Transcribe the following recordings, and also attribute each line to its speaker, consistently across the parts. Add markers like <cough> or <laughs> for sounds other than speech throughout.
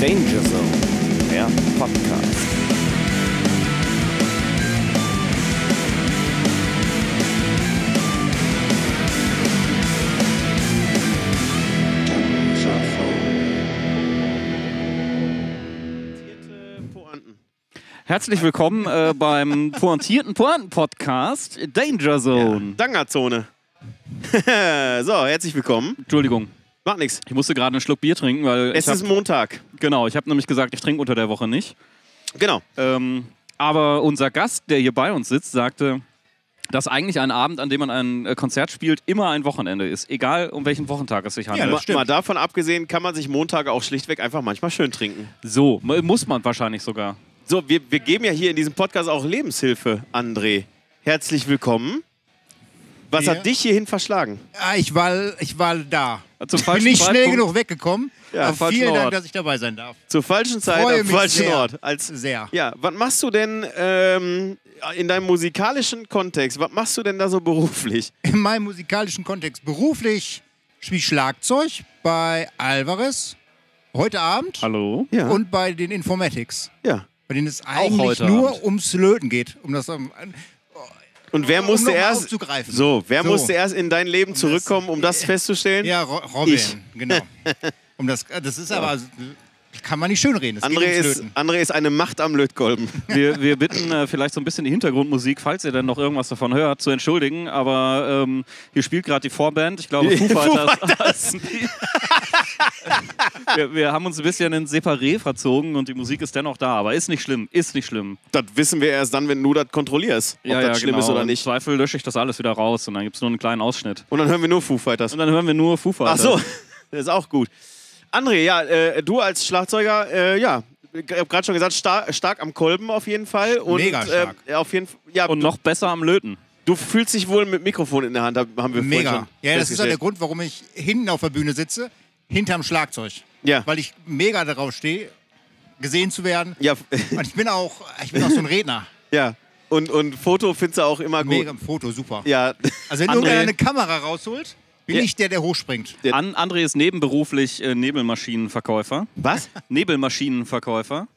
Speaker 1: Danger Zone, der Podcast.
Speaker 2: Herzlich willkommen äh, beim pointierten Pointen-Podcast Danger Zone.
Speaker 1: Dangerzone. <laughs> so, herzlich willkommen.
Speaker 2: Entschuldigung,
Speaker 1: Macht nichts.
Speaker 2: ich musste gerade einen Schluck Bier trinken, weil
Speaker 1: Es
Speaker 2: ich hab,
Speaker 1: ist Montag.
Speaker 2: genau, ich habe nämlich gesagt, ich trinke unter der Woche nicht.
Speaker 1: Genau.
Speaker 2: Ähm, aber unser Gast, der hier bei uns sitzt, sagte, dass eigentlich ein Abend, an dem man ein äh, Konzert spielt, immer ein Wochenende ist, egal um welchen Wochentag es sich handelt.
Speaker 1: Ma- mal davon abgesehen, kann man sich Montage auch schlichtweg einfach manchmal schön trinken.
Speaker 2: so, mu- muss man wahrscheinlich sogar.
Speaker 1: So, wir, wir geben ja hier in diesem Podcast auch Lebenshilfe, André. Herzlich willkommen. Was
Speaker 3: Ja.
Speaker 1: hat dich hierhin verschlagen?
Speaker 3: Ah, ich war, ich war da.
Speaker 2: Zum
Speaker 3: Ich bin
Speaker 2: falschen
Speaker 3: nicht schnell
Speaker 2: Zeitpunkt.
Speaker 3: genug weggekommen.
Speaker 1: Also, Ja,
Speaker 3: aber
Speaker 2: falschen
Speaker 3: vielen Dank,
Speaker 2: Ort.
Speaker 3: dass ich dabei sein darf.
Speaker 1: Zur falschen Zeit,
Speaker 3: Freue
Speaker 1: am
Speaker 3: mich
Speaker 1: falschen
Speaker 3: sehr.
Speaker 1: Ort. Als,
Speaker 3: Sehr.
Speaker 1: ja, was machst du denn ähm, in deinem musikalischen Kontext? Was machst du denn da so beruflich?
Speaker 3: In meinem musikalischen Kontext beruflich spiele ich Schlagzeug bei Alvarez heute Abend
Speaker 2: Hallo?
Speaker 1: Ja,
Speaker 3: und bei den Informatics,
Speaker 1: ja.
Speaker 3: bei denen es eigentlich
Speaker 2: heute
Speaker 3: nur
Speaker 2: Abend.
Speaker 3: ums Löten geht. Um das, um,
Speaker 1: Und wer
Speaker 3: um
Speaker 1: musste
Speaker 3: nochmal
Speaker 1: erst
Speaker 3: aufzugreifen.
Speaker 1: so, wer
Speaker 3: So.
Speaker 1: musste erst in dein Leben zurückkommen, um das festzustellen?
Speaker 3: ja, Ro Robin,
Speaker 1: Ich.
Speaker 3: genau.
Speaker 1: <laughs>
Speaker 3: Um das, das ist aber, kann man nicht schönreden. Das
Speaker 1: André
Speaker 3: geht ums
Speaker 1: ist,
Speaker 3: Löten.
Speaker 1: André ist eine Macht am Lötkolben.
Speaker 2: Wir, wir bitten äh, vielleicht so ein bisschen die Hintergrundmusik, falls ihr denn noch irgendwas davon hört, zu entschuldigen. Aber ähm, hier spielt gerade die Vorband. Ich glaube, Foo
Speaker 1: Foo
Speaker 2: Fighters. <laughs> heißen die. wir, wir haben uns ein bisschen in Separé verzogen und die Musik ist dennoch da. Aber ist nicht schlimm, ist nicht schlimm.
Speaker 1: Das wissen wir erst dann, wenn du das kontrollierst, ob das schlimm
Speaker 3: genau.
Speaker 1: ist oder
Speaker 2: genau. Im
Speaker 1: nicht.
Speaker 2: Zweifel lösche ich das alles wieder raus und dann gibt es nur einen kleinen Ausschnitt.
Speaker 1: Und dann hören wir nur Foo Fighters.
Speaker 2: Und dann hören wir nur Foo
Speaker 1: Ach
Speaker 2: Fighters.
Speaker 1: so, <laughs> das ist auch gut. André, ja, äh, du als Schlagzeuger, äh, ja, ich habe gerade schon gesagt, star stark am Kolben auf jeden Fall. Und,
Speaker 3: Mega stark.
Speaker 1: Äh, auf jeden F- ja,
Speaker 2: Und noch besser am Löten.
Speaker 1: du fühlst dich wohl mit Mikrofon in der Hand, hab- haben wir vorhin
Speaker 3: Mega.
Speaker 1: schon
Speaker 3: Ja, das ist ja der
Speaker 1: festgestellt.
Speaker 3: Grund, warum ich hinten auf der Bühne sitze, hinterm Schlagzeug.
Speaker 1: Ja.
Speaker 3: Weil ich mega darauf stehe, gesehen zu werden.
Speaker 1: ja, <laughs>
Speaker 3: Und ich bin auch, ich bin auch so ein Redner.
Speaker 1: ja. Und, und Foto findest du auch immer <laughs> gut.
Speaker 3: Mega im Foto, super.
Speaker 1: Ja, <laughs>
Speaker 3: Also wenn
Speaker 2: André.
Speaker 3: irgendeiner eine Kamera rausholt, bin
Speaker 1: Ja.
Speaker 3: ich der, der hochspringt. Genau.
Speaker 1: Ja.
Speaker 2: An André ist nebenberuflich äh, Nebelmaschinenverkäufer.
Speaker 1: was?
Speaker 2: <laughs> Nebelmaschinenverkäufer,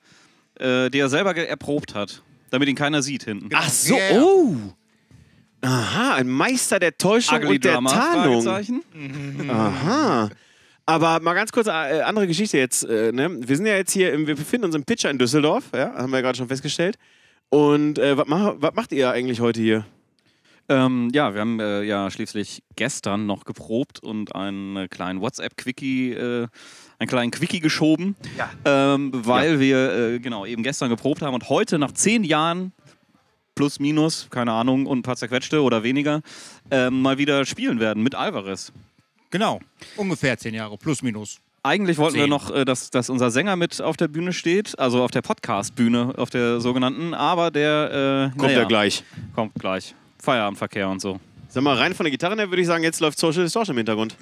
Speaker 2: äh, die er selber ge- erprobt hat, damit ihn keiner sieht hinten.
Speaker 1: Ach so,
Speaker 3: Ja, ja.
Speaker 1: oh. Aha, ein Meister der Täuschung und der Tarnung.
Speaker 2: Fragezeichen.
Speaker 1: Aha. Aber mal ganz kurz, äh, andere Geschichte jetzt. Äh, ne? Wir sind ja jetzt hier, im, wir befinden uns im Pitcher in Düsseldorf, ja? haben wir ja gerade schon festgestellt. Und äh, was mach, was macht ihr eigentlich heute hier?
Speaker 2: Ähm, ja, wir haben äh, ja schließlich gestern noch geprobt und einen äh, kleinen WhatsApp-Quickie, äh, einen kleinen Quickie geschoben, ähm, weil wir äh, genau eben gestern geprobt haben und heute nach zehn Jahren plus minus, keine Ahnung, und ein paar zerquetschte oder weniger, ähm, mal wieder spielen werden mit Alvarez.
Speaker 3: Genau. Ungefähr zehn Jahre, plus minus.
Speaker 2: Eigentlich wollten wir
Speaker 3: Sehen.
Speaker 2: noch, äh, dass, dass unser Sänger mit auf der Bühne steht, also auf der Podcast-Bühne, auf der sogenannten, aber der äh,
Speaker 1: Kommt
Speaker 2: naja,
Speaker 1: ja gleich.
Speaker 2: kommt gleich. Feierabendverkehr und so.
Speaker 1: Sag mal, rein von der Gitarre her würde ich sagen, jetzt läuft Social Distortion im Hintergrund.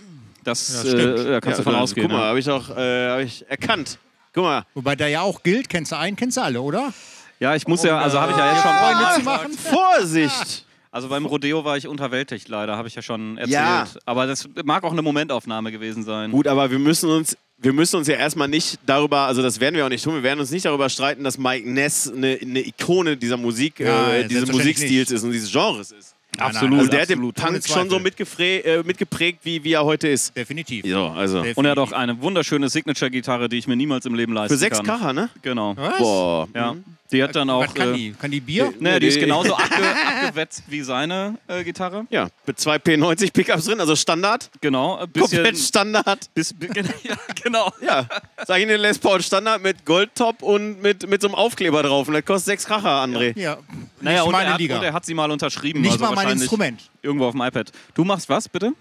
Speaker 2: Das
Speaker 3: Ja, stimmt.
Speaker 2: äh, da kannst du von
Speaker 1: dann,
Speaker 2: ausgehen.
Speaker 1: also Guck mal,
Speaker 2: ja.
Speaker 1: habe ich doch äh, hab ich erkannt. Guck mal.
Speaker 3: Wobei da ja auch gilt, kennst du einen, kennst du alle, oder?
Speaker 2: ja, ich muss ja, also habe ich ja jetzt schon.
Speaker 1: Ah,
Speaker 3: Freunde zu machen.
Speaker 1: Vorsicht!
Speaker 2: Also beim Rodeo war ich unterwältigt, leider, habe ich ja schon erzählt.
Speaker 1: Ja.
Speaker 2: Aber das mag auch eine Momentaufnahme gewesen sein.
Speaker 1: Gut, aber wir müssen uns. Wir müssen uns ja erstmal nicht darüber, also das werden wir auch nicht tun, wir werden uns nicht darüber streiten, dass Mike Ness eine, eine Ikone dieser Musik,
Speaker 3: Ja,
Speaker 1: äh, dieses
Speaker 3: selbstverständlich
Speaker 1: Musikstils ist und dieses Genres ist.
Speaker 2: Absolut.
Speaker 1: Also der hat den
Speaker 2: Absolut.
Speaker 3: Ohne
Speaker 1: Punk
Speaker 3: Zweifel.
Speaker 1: schon so mitgefrä- äh, mitgeprägt, wie, wie er heute ist.
Speaker 3: Definitiv.
Speaker 1: Ja, also.
Speaker 3: Definitiv.
Speaker 2: Und er hat auch eine wunderschöne Signature-Gitarre, die ich mir niemals im Leben leisten
Speaker 1: Für sechs
Speaker 2: kann.
Speaker 1: Kracher, ne?
Speaker 2: Genau.
Speaker 3: Was?
Speaker 1: Boah.
Speaker 2: Ja. Die hat dann auch.
Speaker 3: Was kann
Speaker 2: äh,
Speaker 3: die? Kann die Bier?
Speaker 2: Ne, die ist
Speaker 1: Nee.
Speaker 2: genauso abge
Speaker 1: <laughs>
Speaker 2: abgewetzt wie seine äh, Gitarre.
Speaker 1: Ja, mit zwei P90 Pickups drin, also Standard.
Speaker 2: Genau. Ein bisschen,
Speaker 1: Komplett Standard.
Speaker 2: bis, bi-
Speaker 3: <laughs>
Speaker 2: ja, genau.
Speaker 1: Ja, sag ich dir, Les Paul Standard mit Goldtop und mit, mit so einem Aufkleber drauf. Und das kostet sechs Kracher, André.
Speaker 3: Ja.
Speaker 2: Naja,
Speaker 3: nicht
Speaker 2: und,
Speaker 3: meine
Speaker 2: er hat,
Speaker 3: Liga.
Speaker 2: und er hat sie mal unterschrieben.
Speaker 3: Nicht
Speaker 2: also
Speaker 3: mal mein
Speaker 2: wahrscheinlich
Speaker 3: Instrument.
Speaker 2: Irgendwo auf dem iPad. Du machst was, bitte?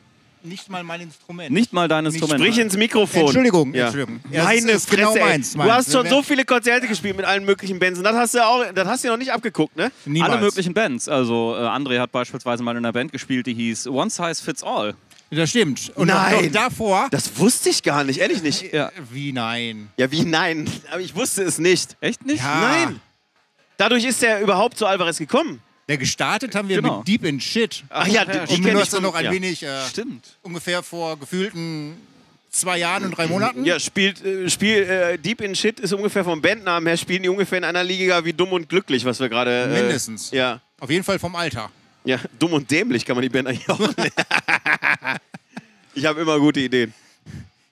Speaker 3: Nicht mal mein Instrument.
Speaker 2: Nicht mal dein Instrument.
Speaker 1: Sprich ins Mikrofon.
Speaker 3: Entschuldigung,
Speaker 1: Ja.
Speaker 3: Entschuldigung. Ja, das
Speaker 1: Meine
Speaker 3: ist genau
Speaker 1: Fresse, ey.
Speaker 3: meins, ne?
Speaker 1: Du
Speaker 3: meins.
Speaker 1: hast schon
Speaker 3: Wer-
Speaker 1: so viele Konzerte gespielt mit allen möglichen Bands. Und das hast du auch, das hast du noch nicht abgeguckt, ne?
Speaker 3: Niemals.
Speaker 2: Alle möglichen Bands. Also äh, André hat beispielsweise mal in einer Band gespielt, die hieß One Size Fits All.
Speaker 3: Das stimmt. Und
Speaker 1: Nein.
Speaker 3: Noch davor.
Speaker 1: Das wusste ich gar nicht, ehrlich nicht.
Speaker 2: Ja.
Speaker 3: Wie nein?
Speaker 1: Ja, wie nein? Aber ich wusste es nicht.
Speaker 2: Echt nicht?
Speaker 3: Ja.
Speaker 1: Nein. Dadurch ist er überhaupt zu Alvarez gekommen.
Speaker 3: Der gestartet haben wir
Speaker 2: Genau.
Speaker 3: mit Deep in Shit.
Speaker 1: Ach ja,
Speaker 2: ja,
Speaker 1: Ah, die
Speaker 2: stimmt.
Speaker 3: Um
Speaker 1: kenne
Speaker 3: nur
Speaker 1: ich
Speaker 3: dass er
Speaker 1: von-
Speaker 3: noch ein
Speaker 1: ja.
Speaker 3: wenig äh,
Speaker 2: Stimmt.
Speaker 3: ungefähr vor gefühlten zwei Jahren und drei Monaten.
Speaker 1: Ja, spielt, äh, Spiel äh, Deep in Shit ist ungefähr vom Bandnamen her, spielen die ungefähr in einer Liga wie Dumm und Glücklich, was wir gerade. Äh,
Speaker 3: Mindestens.
Speaker 1: Ja.
Speaker 3: Auf jeden Fall vom Alter.
Speaker 1: ja, Dumm und Dämlich kann man die Band eigentlich auch nennen. ich habe immer gute Ideen.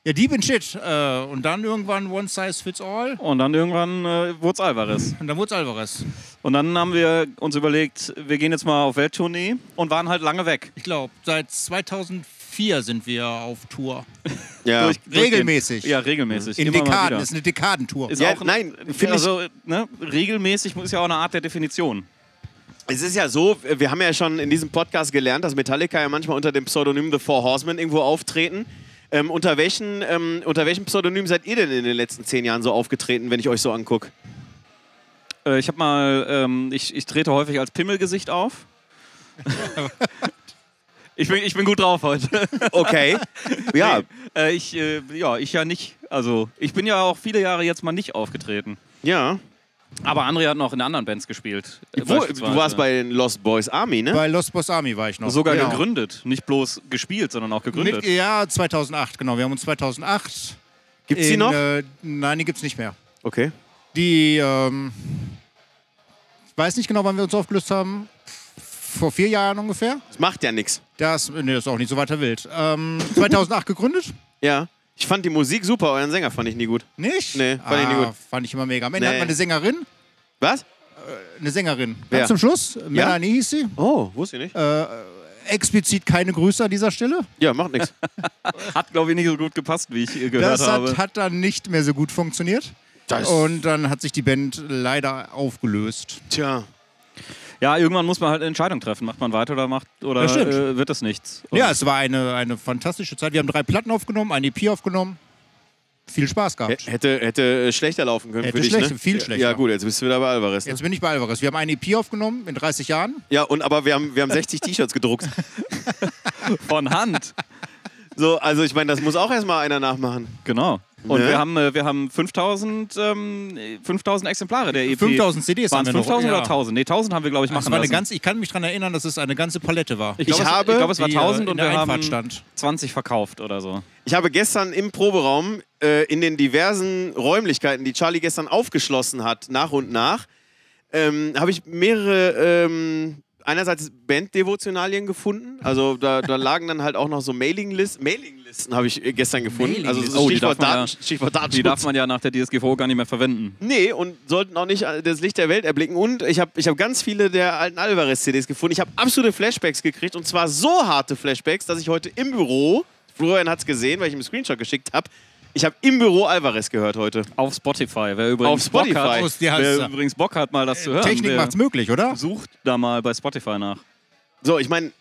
Speaker 3: Ja, Deep in Shit. Äh, und dann irgendwann One Size Fits All.
Speaker 2: Und dann irgendwann äh, wurde es Alvarez.
Speaker 3: Und dann wurde Alvarez.
Speaker 2: Und dann haben wir uns überlegt, wir gehen jetzt mal auf Welttournee und waren halt lange weg.
Speaker 3: Ich glaube, seit 2004 sind wir auf Tour.
Speaker 1: Ja.
Speaker 2: Durch- durchgehend.
Speaker 3: Regelmäßig.
Speaker 2: Ja, regelmäßig.
Speaker 3: In
Speaker 2: Immer mal
Speaker 3: Dekaden.
Speaker 2: wieder.
Speaker 3: Das ist eine Dekadentour.
Speaker 2: Ist
Speaker 1: Ja,
Speaker 2: auch ein,
Speaker 1: nein, finde ich-
Speaker 2: also, ne, regelmäßig ist ja auch eine Art der Definition.
Speaker 1: Es ist ja so, wir haben ja schon in diesem Podcast gelernt, dass Metallica ja manchmal unter dem Pseudonym The Four Horsemen irgendwo auftreten. Ähm, unter, welchen, ähm, unter welchem Pseudonym seid ihr denn in den letzten zehn Jahren so aufgetreten, wenn ich euch so angucke?
Speaker 2: Äh, ich habe mal, ähm, ich, ich trete häufig als Pimmelgesicht auf. <laughs> ich, bin, ich bin gut drauf heute.
Speaker 3: <laughs>
Speaker 1: Okay. ja,
Speaker 2: <laughs> Äh, ich, äh, ja, ich ja nicht. Also, ich bin ja auch viele Jahre jetzt mal nicht aufgetreten.
Speaker 1: ja.
Speaker 2: Aber André hat noch in anderen Bands gespielt. äh,
Speaker 1: Wo, du
Speaker 2: beispielsweise.
Speaker 1: warst bei den Lost Boys Army, ne?
Speaker 3: Bei Lost Boss Army war ich noch.
Speaker 2: Sogar
Speaker 3: Genau.
Speaker 2: gegründet. Nicht bloß gespielt, sondern auch gegründet.
Speaker 3: Mit, ja, 2008, genau. Wir haben uns 2008.
Speaker 1: Gibt's die
Speaker 3: in,
Speaker 1: noch?
Speaker 3: Äh, nein, die gibt's nicht mehr.
Speaker 1: Okay.
Speaker 3: Die, ähm, ich weiß nicht genau, wann wir uns aufgelöst haben. Vor vier Jahren ungefähr.
Speaker 1: Das macht ja nichts.
Speaker 3: Das, nee, das ist auch nicht so weiter wild. Ähm, 2008 <laughs> gegründet?
Speaker 1: Ja. Ich fand die Musik super, euren Sänger fand ich nie gut.
Speaker 3: Nicht? Ah,
Speaker 1: Nee, fand ich nie gut.
Speaker 3: Fand ich immer mega. Am Ende
Speaker 1: Nee.
Speaker 3: hat man eine Sängerin.
Speaker 1: Was?
Speaker 3: Eine Sängerin. Ganz
Speaker 1: Wer?
Speaker 3: zum Schluss. Melanie hieß sie.
Speaker 1: Oh, wusste ich nicht.
Speaker 3: Äh. Explizit keine Grüße an dieser Stelle.
Speaker 1: Ja, macht
Speaker 3: <laughs>
Speaker 1: nichts.
Speaker 2: Hat, glaube ich, nicht so gut gepasst, wie ich äh, gehört
Speaker 3: Das
Speaker 2: habe.
Speaker 3: hat, hat dann nicht mehr so gut funktioniert.
Speaker 1: Das-
Speaker 3: Und dann hat sich die Band leider aufgelöst.
Speaker 1: Tja.
Speaker 2: Ja, irgendwann muss man halt eine Entscheidung treffen. Macht man weiter oder macht oder
Speaker 3: Das stimmt.
Speaker 2: äh, wird das nichts? Und
Speaker 3: Ja, es war eine, eine fantastische Zeit. Wir haben drei Platten aufgenommen, eine EP aufgenommen. Viel Spaß
Speaker 1: H-
Speaker 3: gehabt.
Speaker 1: Hätte, hätte äh, schlechter laufen können
Speaker 3: Hätte
Speaker 1: für dich,
Speaker 3: schlecht-
Speaker 1: ne?
Speaker 3: viel
Speaker 1: Ja
Speaker 3: schlechter.
Speaker 1: gut, jetzt bist du wieder bei Alvarez. Ne?
Speaker 3: Jetzt bin ich bei Alvarez. Wir haben eine EP aufgenommen in 30 Jahren.
Speaker 1: Ja, und aber wir haben, wir haben 60 T-Shirts gedruckt.
Speaker 2: Von Hand.
Speaker 1: So, also ich meine, das muss auch erstmal einer nachmachen.
Speaker 2: Genau. Und
Speaker 1: Ne?
Speaker 2: wir haben, äh, wir haben 5000, ähm, äh, 5000 Exemplare der E EP.
Speaker 3: 5000 CDs
Speaker 2: Waren es
Speaker 3: haben wir noch,
Speaker 2: 5000 oder
Speaker 3: ja.
Speaker 2: 1000? Ne, 1000 haben wir, glaube ich, machen
Speaker 3: Das war eine
Speaker 2: lassen.
Speaker 3: ganze, ich kann mich daran erinnern, dass es eine ganze Palette war.
Speaker 2: ich, glaube,
Speaker 1: Ich
Speaker 2: es-
Speaker 1: habe
Speaker 2: ich glaube, es war
Speaker 3: die, äh,
Speaker 2: 1000
Speaker 3: in
Speaker 2: und
Speaker 3: der
Speaker 2: wir haben
Speaker 3: Einfahrt stand.
Speaker 2: 20 verkauft oder so.
Speaker 1: Ich habe gestern im Proberaum äh, in den diversen Räumlichkeiten, die Charlie gestern aufgeschlossen hat, nach und nach, ähm, habe ich mehrere, ähm, einerseits Banddevotionalien gefunden. Also da, da lagen dann halt auch noch so Mailinglist, Mailinglisten habe ich äh, gestern gefunden. Also
Speaker 2: Mailinglisten. Oh, die
Speaker 1: Stichwort,
Speaker 2: darf man
Speaker 1: Daten, Stichwort Datenschutz.
Speaker 2: Die darf man ja nach der DSGVO gar nicht mehr verwenden.
Speaker 1: Nee, und sollten auch nicht äh, das Licht der Welt erblicken. Und ich habe ich hab ganz viele der alten Alvarez-CDs gefunden. Ich habe absolute Flashbacks gekriegt und zwar so harte Flashbacks, dass ich heute im Büro, Florian hat es gesehen, weil ich ihm einen Screenshot geschickt habe, ich habe im Büro Alvarez gehört heute.
Speaker 2: Auf Spotify. Wer übrigens
Speaker 1: Auf Spotify.
Speaker 2: Bock hat,
Speaker 3: Aus der
Speaker 2: wer
Speaker 3: Hasse.
Speaker 2: übrigens Bock hat, mal das zu hören,
Speaker 3: Technik
Speaker 2: der
Speaker 3: macht's möglich, oder?
Speaker 2: sucht da mal bei Spotify nach.
Speaker 1: So, ich meine,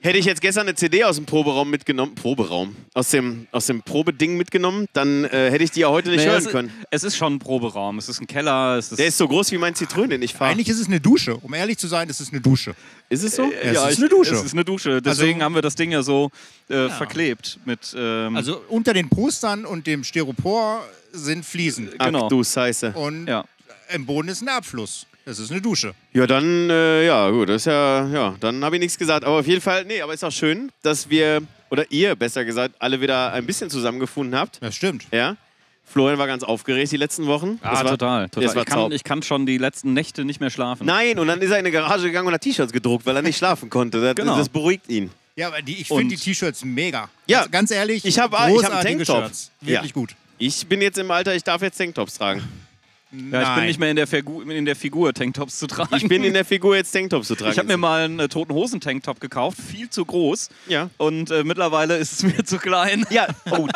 Speaker 1: hätte ich jetzt gestern eine CD aus dem Proberaum mitgenommen, Proberaum, aus dem, aus dem Probeding mitgenommen, dann äh, hätte ich die ja heute nicht
Speaker 2: Naja,
Speaker 1: hören
Speaker 2: es,
Speaker 1: können.
Speaker 2: Es ist schon ein Proberaum. Es ist ein Keller. Es ist,
Speaker 1: Der ist so groß wie mein Zitronen, den ich fahre.
Speaker 3: Eigentlich ist es eine Dusche. Um ehrlich zu sein, ist es eine Dusche.
Speaker 1: Ist es so?
Speaker 3: es ist
Speaker 2: ich-
Speaker 3: eine Dusche.
Speaker 2: Es ist eine Dusche. Deswegen haben wir das Ding ja so äh, verklebt mit. Ähm,
Speaker 3: Also unter den Postern und dem Styropor sind Fliesen.
Speaker 2: genau.
Speaker 1: Ach du Scheiße.
Speaker 3: Und
Speaker 2: ja.
Speaker 3: im Boden ist ein Abfluss. Das ist eine Dusche.
Speaker 1: Ja, dann, äh, ja, gut, das ist ja, ja, dann habe ich nichts gesagt. Aber auf jeden Fall, nee, aber ist auch schön, dass wir, oder ihr besser gesagt, alle wieder ein bisschen zusammengefunden habt.
Speaker 3: Das stimmt.
Speaker 1: Ja. Florian war ganz aufgeregt die letzten Wochen.
Speaker 2: Ah,
Speaker 1: Das war,
Speaker 2: total.
Speaker 1: Das
Speaker 2: total.
Speaker 1: war
Speaker 2: Ich, kann,
Speaker 1: taub.
Speaker 2: ich kann schon die letzten Nächte nicht mehr schlafen.
Speaker 1: Nein, und dann ist er in die Garage gegangen und hat T-Shirts gedruckt, weil er nicht schlafen konnte. Das,
Speaker 2: Genau.
Speaker 1: das beruhigt ihn.
Speaker 3: Ja, aber die, ich
Speaker 2: Und-
Speaker 3: finde die T-Shirts mega.
Speaker 1: Ja.
Speaker 3: Also ganz ehrlich,
Speaker 1: Ich hab- ah, ich hab einen
Speaker 3: großartige
Speaker 1: Tanktop.
Speaker 3: Shirts. Wirklich
Speaker 1: Ja.
Speaker 3: gut.
Speaker 1: Ich bin jetzt im Alter, ich darf jetzt Tanktops tragen.
Speaker 2: ja, ich bin
Speaker 3: Nein.
Speaker 2: nicht mehr in der, Figu in der Figur, Tanktops zu tragen.
Speaker 1: Ich bin in der Figur, jetzt Tanktops zu tragen.
Speaker 2: <laughs> Ich habe mir mal einen äh, toten Hosen-Tanktop gekauft, viel zu groß.
Speaker 1: Ja.
Speaker 2: Und äh, mittlerweile ist es <laughs> mir zu klein.
Speaker 1: Ja, oh.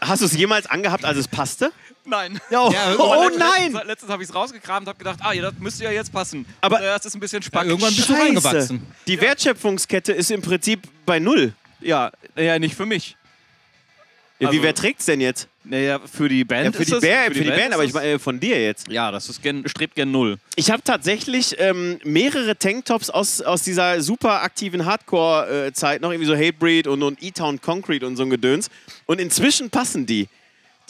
Speaker 1: Hast du es jemals angehabt, als es passte?
Speaker 2: Nein.
Speaker 1: oh,
Speaker 3: Ja,
Speaker 1: oh,
Speaker 2: Letztens-
Speaker 1: nein!
Speaker 2: Letztens habe ich es rausgekramt und habe gedacht, ah, ja, das müsste ja jetzt passen.
Speaker 1: Aber-
Speaker 2: äh, das ist ein bisschen spackig.
Speaker 3: irgendwann bist du
Speaker 1: Scheiße.
Speaker 3: reingewachsen.
Speaker 1: Die Wertschöpfungskette ist im Prinzip bei Null.
Speaker 2: <laughs> ja, ja, nicht für mich.
Speaker 1: Ja, wie
Speaker 2: Also-
Speaker 1: wer trägt's denn jetzt?
Speaker 2: Naja, für die Band
Speaker 1: Ja, für,
Speaker 2: ist
Speaker 1: die
Speaker 2: das-
Speaker 1: Band, für die Band, aber
Speaker 2: ist
Speaker 1: ich meine äh, von dir jetzt.
Speaker 2: das- Ja, das ist gen, strebt gen Null.
Speaker 1: Ich habe tatsächlich ähm, mehrere Tanktops aus, aus dieser super aktiven Hardcore-Zeit noch, irgendwie so Hatebreed und, und E-Town Concrete und so ein Gedöns. Und inzwischen passen die.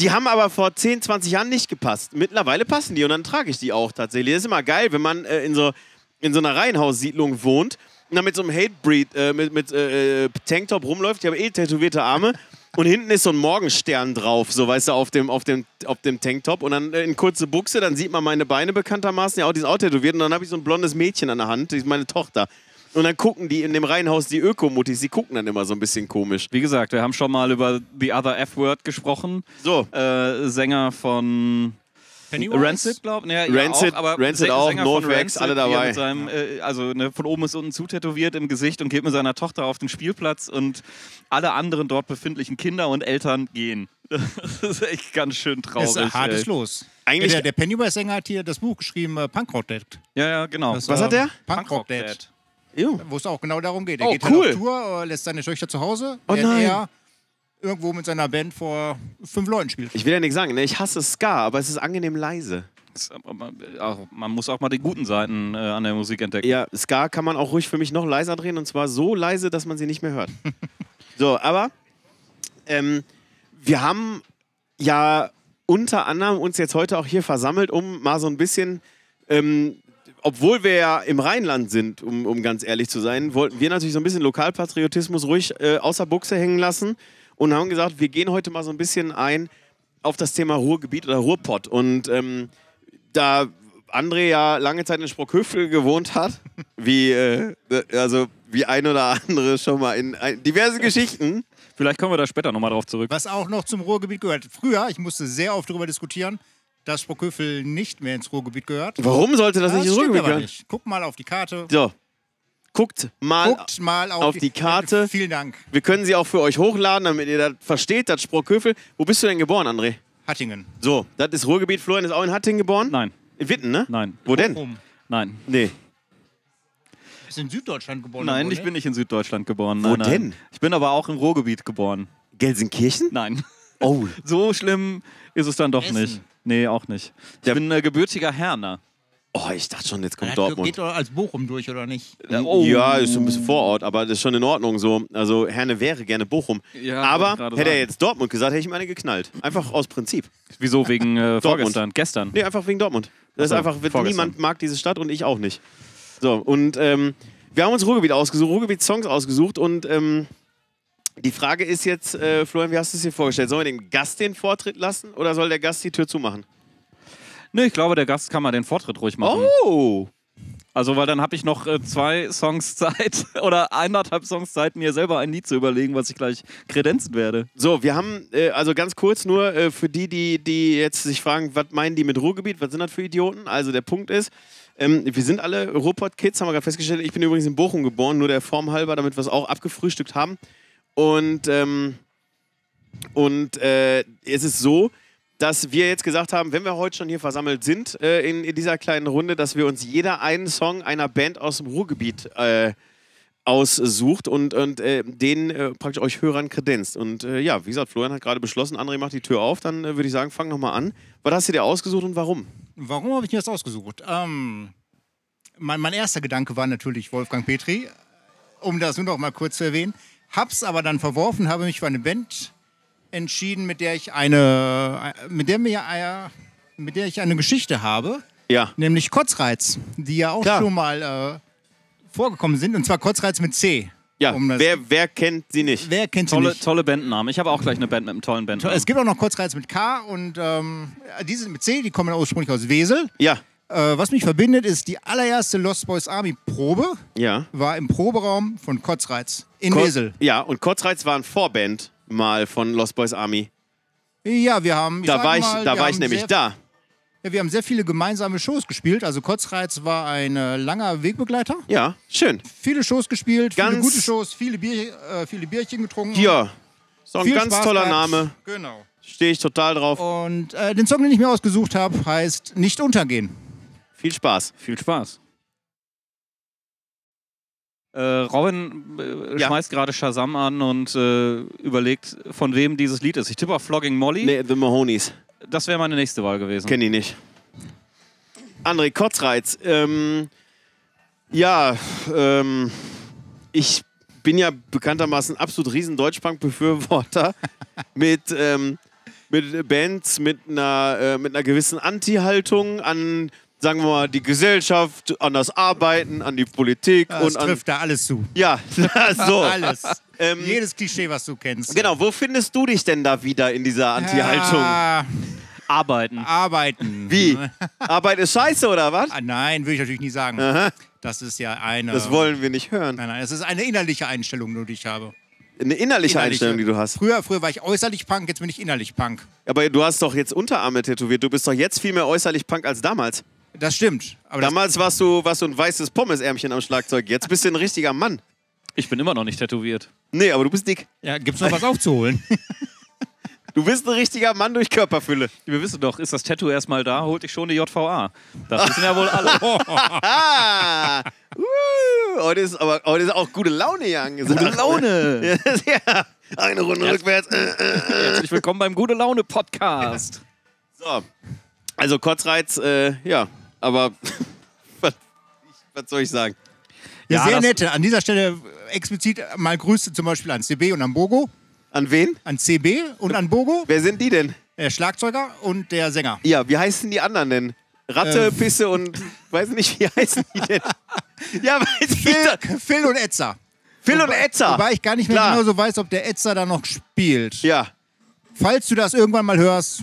Speaker 1: Die haben aber vor 10, 20 Jahren nicht gepasst. Mittlerweile passen die und dann trage ich die auch tatsächlich. Das ist immer geil, wenn man äh, in, so, in so einer Reihenhaussiedlung wohnt und dann mit so einem Hatebreed, äh, mit, mit äh, äh, Tanktop rumläuft. Die haben eh tätowierte Arme. und hinten ist so ein Morgenstern drauf, so weißt du, auf dem, auf dem, auf dem Tanktop und dann äh, in kurze Buchse, dann sieht man meine Beine bekanntermaßen ja auch, die sind auch tätowiert und dann habe ich so ein blondes Mädchen an der Hand, die ist meine Tochter. Und dann gucken die in dem Reihenhaus, die Ökomutis, die gucken dann immer so ein bisschen komisch.
Speaker 2: Wie gesagt, wir haben schon mal über The Other F-Word gesprochen.
Speaker 1: So,
Speaker 2: Äh, Sänger von
Speaker 3: Pennywise?
Speaker 2: Rancid, glaube ich. Ja,
Speaker 1: Rancid-
Speaker 2: auch, aber
Speaker 1: Rancid
Speaker 2: Sä-
Speaker 1: auch,
Speaker 2: Sänger von
Speaker 1: Northwax,
Speaker 2: Rancid,
Speaker 1: alle
Speaker 2: wie er
Speaker 1: dabei.
Speaker 2: Mit seinem, äh, also ne, von oben bis unten zutätowiert im Gesicht und geht mit seiner Tochter auf den Spielplatz und alle anderen dort befindlichen Kinder und Eltern gehen. <laughs> Das ist echt ganz schön traurig.
Speaker 3: Das ist ein hartes
Speaker 2: ey.
Speaker 3: Los.
Speaker 1: Eigentlich-
Speaker 3: der der Pennywise-Sänger hat hier das Buch geschrieben, äh, Punkrock Dead.
Speaker 2: Ja, ja, genau.
Speaker 3: Das,
Speaker 1: Was hat der?
Speaker 3: Punkrock Dead.
Speaker 1: jo.
Speaker 3: Wo es auch genau darum geht. Er
Speaker 1: Oh,
Speaker 3: geht
Speaker 1: cool.
Speaker 3: halt auf Tour, äh, lässt seine Töchter zu Hause,
Speaker 1: Oh
Speaker 3: während
Speaker 1: nein.
Speaker 3: er irgendwo mit seiner Band vor fünf Leuten spielt.
Speaker 1: ich will ja nichts sagen, ne? ich hasse Ska, aber es ist angenehm leise.
Speaker 2: Das- aber man- auch- Man muss auch mal die guten Seiten äh, an der Musik entdecken.
Speaker 1: Ja, Ska kann man auch ruhig für mich noch leiser drehen und zwar so leise, dass man sie nicht mehr hört. so, aber ähm, wir haben ja unter anderem uns jetzt heute auch hier versammelt, um mal so ein bisschen, ähm, obwohl wir ja im Rheinland sind, um, um ganz ehrlich zu sein, wollten wir natürlich so ein bisschen Lokalpatriotismus ruhig äh, außer Buchse hängen lassen und haben gesagt, wir gehen heute mal so ein bisschen ein auf das Thema Ruhrgebiet oder Ruhrpott und ähm, da André ja lange Zeit in Sprockhöfel gewohnt hat, wie, äh, also wie ein oder andere schon mal in ein, diverse Geschichten.
Speaker 2: Vielleicht kommen wir da später nochmal drauf zurück.
Speaker 3: Was auch noch zum Ruhrgebiet gehört. Früher, ich musste sehr oft darüber diskutieren, dass Sprockhövel nicht mehr ins Ruhrgebiet gehört.
Speaker 1: Warum sollte das nicht
Speaker 3: stimmt
Speaker 1: zurückgehen?
Speaker 3: aber nicht. Guck mal auf die Karte.
Speaker 1: So, guckt mal.
Speaker 3: Guckt mal auf,
Speaker 1: auf die Karte.
Speaker 3: Vielen Dank.
Speaker 1: Wir können sie auch für euch hochladen, damit ihr das versteht, das Sprockhöfel. Wo bist du denn geboren, André?
Speaker 3: Hattingen.
Speaker 1: So, das ist Ruhrgebiet. Florian ist auch in Hattingen geboren?
Speaker 2: Nein,
Speaker 1: In Witten, ne?
Speaker 2: nein,
Speaker 1: Wo denn?
Speaker 3: Rum.
Speaker 2: nein.
Speaker 1: Nee.
Speaker 3: Ist in Süddeutschland geboren.
Speaker 2: Nein,
Speaker 3: worden,
Speaker 2: ich
Speaker 3: ne?
Speaker 2: bin nicht in Süddeutschland geboren.
Speaker 1: Wo
Speaker 2: nein, nein.
Speaker 1: denn?
Speaker 2: Ich bin aber auch im Ruhrgebiet geboren.
Speaker 1: Gelsenkirchen?
Speaker 2: Nein.
Speaker 1: Oh.
Speaker 2: So schlimm ist es dann doch
Speaker 3: Essen.
Speaker 2: nicht. Nee, auch nicht. Ich
Speaker 1: Der-
Speaker 2: bin äh, gebürtiger Herner.
Speaker 1: Oh, ich dachte schon, jetzt kommt
Speaker 3: Das Geht
Speaker 1: Dortmund.
Speaker 3: doch als Bochum durch, oder nicht?
Speaker 2: oh.
Speaker 1: Ja, ist so ein bisschen Vorort, aber das ist schon in Ordnung so. Also Herne wäre gerne Bochum.
Speaker 2: Ja,
Speaker 1: aber
Speaker 2: wollte gerade
Speaker 1: hätte er
Speaker 2: sagen.
Speaker 1: jetzt Dortmund gesagt, hätte ich ihm eine geknallt. Einfach aus Prinzip.
Speaker 2: Wieso? Wegen äh, vorgestern? Gestern?
Speaker 1: Nee, einfach wegen Dortmund. Das
Speaker 2: Ach so,
Speaker 1: ist einfach, wird-
Speaker 2: vorgestern.
Speaker 1: niemand mag diese Stadt und ich auch nicht. So, und ähm, wir haben uns Ruhrgebiet ausgesucht, Ruhrgebiet-Songs ausgesucht und ähm, die Frage ist jetzt, äh, Florian, wie hast du es dir vorgestellt? Sollen wir dem Gast den Vortritt lassen oder soll der Gast die Tür zumachen?
Speaker 2: Nee, ich glaube, der Gast kann mal den Vortritt ruhig machen.
Speaker 1: Oh!
Speaker 2: Also, weil dann habe ich noch äh, zwei Songs Zeit <laughs> oder eineinhalb Songs Zeit, mir selber ein Lied zu überlegen, was ich gleich kredenzen werde.
Speaker 1: So, wir haben, äh, also ganz kurz nur äh, für die, die, die jetzt sich fragen, was meinen die mit Ruhrgebiet, was sind das für Idioten? Also der Punkt ist, ähm, wir sind alle Ruhrpott-Kids, haben wir gerade festgestellt. Ich bin übrigens in Bochum geboren, nur der Form halber, damit wir es auch abgefrühstückt haben. Und, ähm, und äh, es ist so, dass wir jetzt gesagt haben, wenn wir heute schon hier versammelt sind äh, in, in dieser kleinen Runde, dass wir uns jeder einen Song einer Band aus dem Ruhrgebiet äh, aussucht und, und äh, den äh, praktisch euch Hörern kredenzt. Und äh, ja, wie gesagt, Florian hat gerade beschlossen, André macht die Tür auf, dann äh, würde ich sagen, fang nochmal an. Was hast du dir ausgesucht und warum?
Speaker 3: Warum habe ich mir das ausgesucht? Ähm, mein, mein erster Gedanke war natürlich Wolfgang Petri, um das nur noch mal kurz zu erwähnen. Hab's aber dann verworfen, habe mich für eine Band entschieden, mit der ich eine, mit der mir, ein- mit der ich eine Geschichte habe,
Speaker 1: Ja.
Speaker 3: nämlich Kotzreiz, die ja auch
Speaker 1: Klar.
Speaker 3: schon mal äh, vorgekommen sind, und zwar Kotzreiz mit C.
Speaker 1: Ja,
Speaker 3: Um das-
Speaker 1: wer, wer kennt sie nicht?
Speaker 3: Wer kennt sie
Speaker 2: Tolle,
Speaker 3: nicht?
Speaker 2: tolle Bandnamen. Ich habe auch gleich eine Band mit einem tollen Bandnamen.
Speaker 3: Es gibt auch noch Kotzreiz mit K und ähm, diese mit C, die kommen ursprünglich aus Wesel.
Speaker 1: Ja.
Speaker 3: Äh, was mich verbindet, ist die allererste Lost Boys Army Probe
Speaker 1: Ja.
Speaker 3: war im Proberaum von Kotzreiz in
Speaker 1: Ko-
Speaker 3: Wesel.
Speaker 1: Ja, und Kotzreiz war ein Vorband mal von Lost Boys Army.
Speaker 3: Ja, wir haben.
Speaker 1: Da
Speaker 3: sag
Speaker 1: war ich,
Speaker 3: mal,
Speaker 1: da
Speaker 3: wir
Speaker 1: war ich
Speaker 3: haben
Speaker 1: nämlich
Speaker 3: sehr,
Speaker 1: da.
Speaker 3: Ja, wir haben sehr viele gemeinsame Shows gespielt. Also Kotzreiz war ein äh, langer Wegbegleiter.
Speaker 1: Ja, schön.
Speaker 3: Viele Shows gespielt,
Speaker 1: Ganz-
Speaker 3: viele gute Shows, viele, Bier, äh, viele Bierchen getrunken.
Speaker 1: Ja. So ein
Speaker 3: Viel
Speaker 1: ganz
Speaker 3: Spaß
Speaker 1: toller
Speaker 3: gehabt.
Speaker 1: Name.
Speaker 3: Genau.
Speaker 1: Stehe ich total drauf.
Speaker 3: Und äh, den Song, den ich mir ausgesucht habe, heißt Nicht untergehen.
Speaker 1: Viel Spaß.
Speaker 2: Viel Spaß. Äh, Robin äh,
Speaker 1: Ja.
Speaker 2: schmeißt gerade Shazam an und äh, überlegt, von wem dieses Lied ist. Ich tippe auf Flogging Molly.
Speaker 1: Nee, The Mahonies.
Speaker 2: Das wäre meine nächste Wahl gewesen.
Speaker 1: Kenn die nicht. André Kotzreiz. Ähm, ja, ähm, ich bin ja bekanntermaßen absolut riesen
Speaker 3: <laughs>
Speaker 1: Deutschpunk-Befürworter mit, ähm, mit Bands mit einer, äh, mit einer gewissen Anti-Haltung an sagen wir mal, die Gesellschaft, an das Arbeiten, an die Politik
Speaker 3: Das
Speaker 1: und an.
Speaker 3: trifft da alles zu. <laughs>
Speaker 1: Ja, <laughs> so.
Speaker 3: Alles.
Speaker 1: <laughs> Ähm,
Speaker 3: Jedes Klischee, was du kennst.
Speaker 1: Genau, wo findest du dich denn da wieder in dieser Anti-Haltung?
Speaker 3: Ah,
Speaker 2: Arbeiten.
Speaker 3: arbeiten.
Speaker 1: Wie? Arbeit ist scheiße oder was?
Speaker 3: Ah, nein, würde ich natürlich nie sagen. Das ist ja eine.
Speaker 1: Das wollen wir nicht hören.
Speaker 3: Nein, nein, es ist eine innerliche Einstellung, nur die ich habe.
Speaker 1: Eine innerliche,
Speaker 3: Innerliche.
Speaker 1: Einstellung, die du hast.
Speaker 3: Früher, früher war ich äußerlich Punk, jetzt bin ich innerlich Punk.
Speaker 1: Aber du hast doch jetzt Unterarme tätowiert. Du bist doch jetzt viel mehr äußerlich Punk als damals.
Speaker 3: Das stimmt. Aber das,
Speaker 1: Damals warst du, warst du ein weißes Pommesärmchen am Schlagzeug. Jetzt bist du ein richtiger Mann.
Speaker 2: Ich bin immer noch nicht tätowiert.
Speaker 1: Nee, aber du bist dick.
Speaker 3: ja, gibt's noch was <laughs> aufzuholen?
Speaker 1: Du bist ein richtiger Mann durch Körperfülle.
Speaker 2: Wir wissen doch, ist das Tattoo erstmal da, holt dich schon die JVA. <laughs> Das wissen ja wohl alle.
Speaker 1: Ah! Uh, heute, ist aber, heute ist auch gute Laune hier angesagt. Gute
Speaker 2: Laune!
Speaker 1: <laughs> ja, eine Runde rückwärts. Äh, äh.
Speaker 2: Herzlich willkommen beim Gute Laune Podcast.
Speaker 1: So. Also Kotzreiz, äh, ja, aber <laughs> was, was soll ich sagen?
Speaker 3: Ja,
Speaker 2: Ja,
Speaker 3: sehr
Speaker 2: das-
Speaker 3: nette. An dieser Stelle äh, explizit mal Grüße zum Beispiel an CB und an Bogo.
Speaker 1: An wen?
Speaker 3: An CB und an Bogo,
Speaker 1: Wer sind die denn?
Speaker 3: der Schlagzeuger und der Sänger.
Speaker 1: Ja, wie heißen die anderen denn? Ratte,
Speaker 3: Ähm.
Speaker 1: Pisse und weiß nicht, wie heißen die denn? ja, weiß ich
Speaker 3: Phil, Phil und Etzer.
Speaker 1: Phil und Etzer.
Speaker 3: Wobei ich gar nicht mehr
Speaker 1: Klar.
Speaker 3: genau so weiß, ob der Etzer da noch spielt.
Speaker 1: Ja.
Speaker 3: Falls du das irgendwann mal hörst,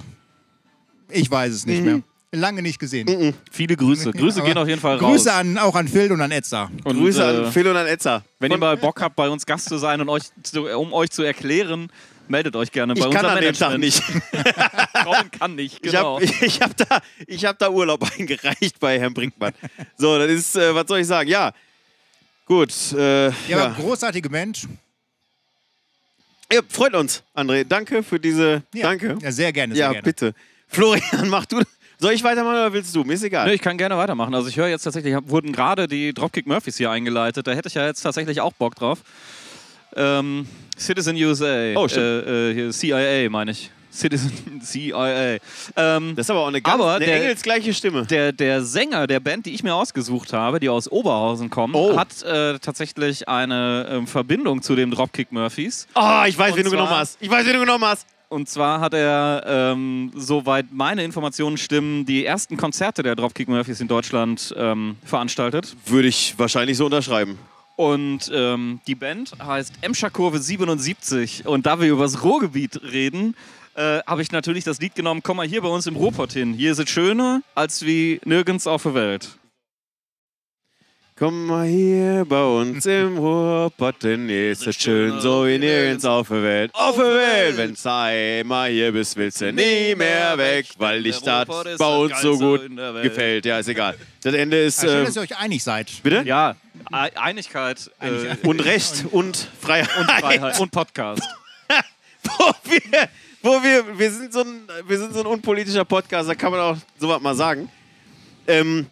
Speaker 3: ich weiß es nicht
Speaker 1: Mhm.
Speaker 3: mehr. Lange nicht gesehen.
Speaker 2: Viele Grüße. Grüße
Speaker 3: Aber
Speaker 2: gehen auf jeden Fall raus.
Speaker 3: Grüße an, auch an Phil und an Etzer.
Speaker 2: Und,
Speaker 1: Grüße
Speaker 2: äh,
Speaker 1: an Phil und an Etzer.
Speaker 2: Wenn ihr
Speaker 1: Von-
Speaker 2: mal Bock habt, bei uns Gast zu sein und euch zu, um euch zu erklären, meldet euch gerne bei
Speaker 1: ich kann
Speaker 2: unserem
Speaker 1: an dem Tag
Speaker 2: Management.
Speaker 1: nicht.
Speaker 2: Kommen kann nicht, genau.
Speaker 1: <laughs> Ich habe ich hab da, ich hab da Urlaub <laughs> eingereicht bei Herrn Brinkmann. So, das ist, äh, was soll ich sagen? Ja. Gut. Äh, ja,
Speaker 3: Ja, aber großartige Mensch.
Speaker 1: Ja, freut uns, André. Danke für diese.
Speaker 3: Ja.
Speaker 1: Danke.
Speaker 3: Ja, sehr gerne. Sehr
Speaker 1: Ja,
Speaker 3: gerne.
Speaker 1: bitte. Florian, <laughs> mach du. Soll ich weitermachen oder willst du? Mir ist egal.
Speaker 2: Nö, ich kann gerne weitermachen. Also ich höre jetzt tatsächlich, hab, wurden gerade die Dropkick Murphys hier eingeleitet. Da hätte ich ja jetzt tatsächlich auch Bock drauf. Ähm, Citizen USA.
Speaker 1: Oh, stimmt.
Speaker 2: Äh, äh, hier, CIA meine ich. Citizen <laughs> CIA. Ähm,
Speaker 1: das ist aber auch eine ganz
Speaker 2: Aber
Speaker 1: eine
Speaker 2: der-
Speaker 1: engelsgleiche Stimme.
Speaker 2: der, der Sänger der Band, die ich mir ausgesucht habe, die aus Oberhausen kommen,
Speaker 1: Oh.
Speaker 2: hat äh, tatsächlich eine ähm, Verbindung zu dem Dropkick Murphys.
Speaker 1: Ah, ich weiß,
Speaker 2: Und
Speaker 1: wen du
Speaker 2: zwar-
Speaker 1: genommen hast. Ich weiß, wen du genommen hast.
Speaker 2: Und zwar hat er, ähm, soweit meine Informationen stimmen, die ersten Konzerte der Dropkick Murphys in Deutschland ähm, veranstaltet.
Speaker 1: Würde ich wahrscheinlich so unterschreiben.
Speaker 2: Und ähm, die Band heißt Emscher Kurve 77. Und da wir über das Ruhrgebiet reden, äh, habe ich natürlich das Lied genommen, komm mal hier bei uns im Ruhrpott hin. Hier ist es schöner als wie nirgends auf der Welt.
Speaker 1: Komm mal hier bei uns <laughs> im Ruhrpott, denn hier ist es schön, so wie nirgends auf der Welt. Auf der Welt, wenn's einmal hier bist, willst du nie mehr weg, weil die Stadt bei uns so gut gefällt. Ja, ist egal. Das Ende ist.
Speaker 3: Ja, schön,
Speaker 1: Äh,
Speaker 3: dass ihr euch einig seid.
Speaker 1: bitte?
Speaker 2: Ja, E- Einigkeit äh,
Speaker 1: Und Recht und Freiheit.
Speaker 2: Freiheit <laughs> und Podcast.
Speaker 1: wo wir, wo wir, wir sind so ein, wir sind so ein unpolitischer Podcast, da kann man auch sowas mal sagen. Ähm,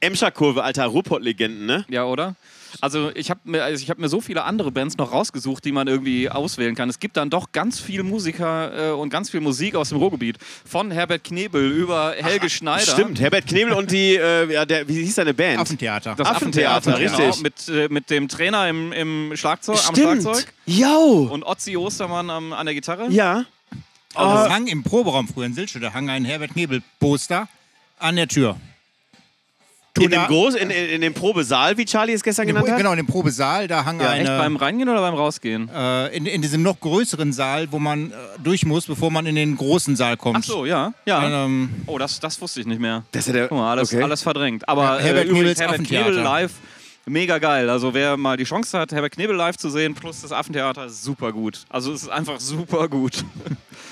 Speaker 1: Emscher-Kurve, alter Ruhrpott-Legenden, ne?
Speaker 2: Ja, oder? Also ich habe mir, also ich hab mir so viele andere Bands noch rausgesucht, die man irgendwie auswählen kann. Es gibt dann doch ganz viele Musiker äh, und ganz viel Musik aus dem Ruhrgebiet. Von Herbert Knebel über Helge Schneider.
Speaker 1: Stimmt, Herbert Knebel und die, äh, ja, der, wie hieß seine Band?
Speaker 3: Affentheater.
Speaker 2: Das
Speaker 1: Affentheater,
Speaker 2: Affentheater,
Speaker 1: richtig.
Speaker 2: Mit, äh, mit dem Trainer im, im Schlagzeug, am Schlagzeug.
Speaker 1: Yo!
Speaker 2: Und Otzi Ostermann am, an der Gitarre.
Speaker 1: Ja.
Speaker 3: Also es hang im Proberaum früher in Silsche, da hang ein Herbert Knebel-Poster an der Tür.
Speaker 1: In dem,
Speaker 3: da-
Speaker 1: Groß, in, in, in dem Probesaal, wie Charlie es gestern genannt hat?
Speaker 3: Genau, in dem Probesaal, da hang
Speaker 2: Echt beim
Speaker 3: eine,
Speaker 2: Reingehen oder beim Rausgehen?
Speaker 3: äh, in, in diesem noch größeren Saal, wo man äh, durch muss, bevor man in den großen Saal kommt.
Speaker 2: Ach so, ja. ja.
Speaker 3: Ähm,
Speaker 2: Oh, das, das wusste ich nicht mehr.
Speaker 1: Das ist ja der,
Speaker 2: Guck mal, alles,
Speaker 1: okay.
Speaker 2: alles verdrängt. Aber
Speaker 3: Ja, Herbert
Speaker 2: äh, übrigens,
Speaker 3: Knebels
Speaker 2: Herbert
Speaker 3: Affentheater.
Speaker 2: Knebel live, mega geil. Also wer mal die Chance hat, Herbert Knebel live zu sehen, plus das Affentheater, super gut. Also es ist einfach super gut.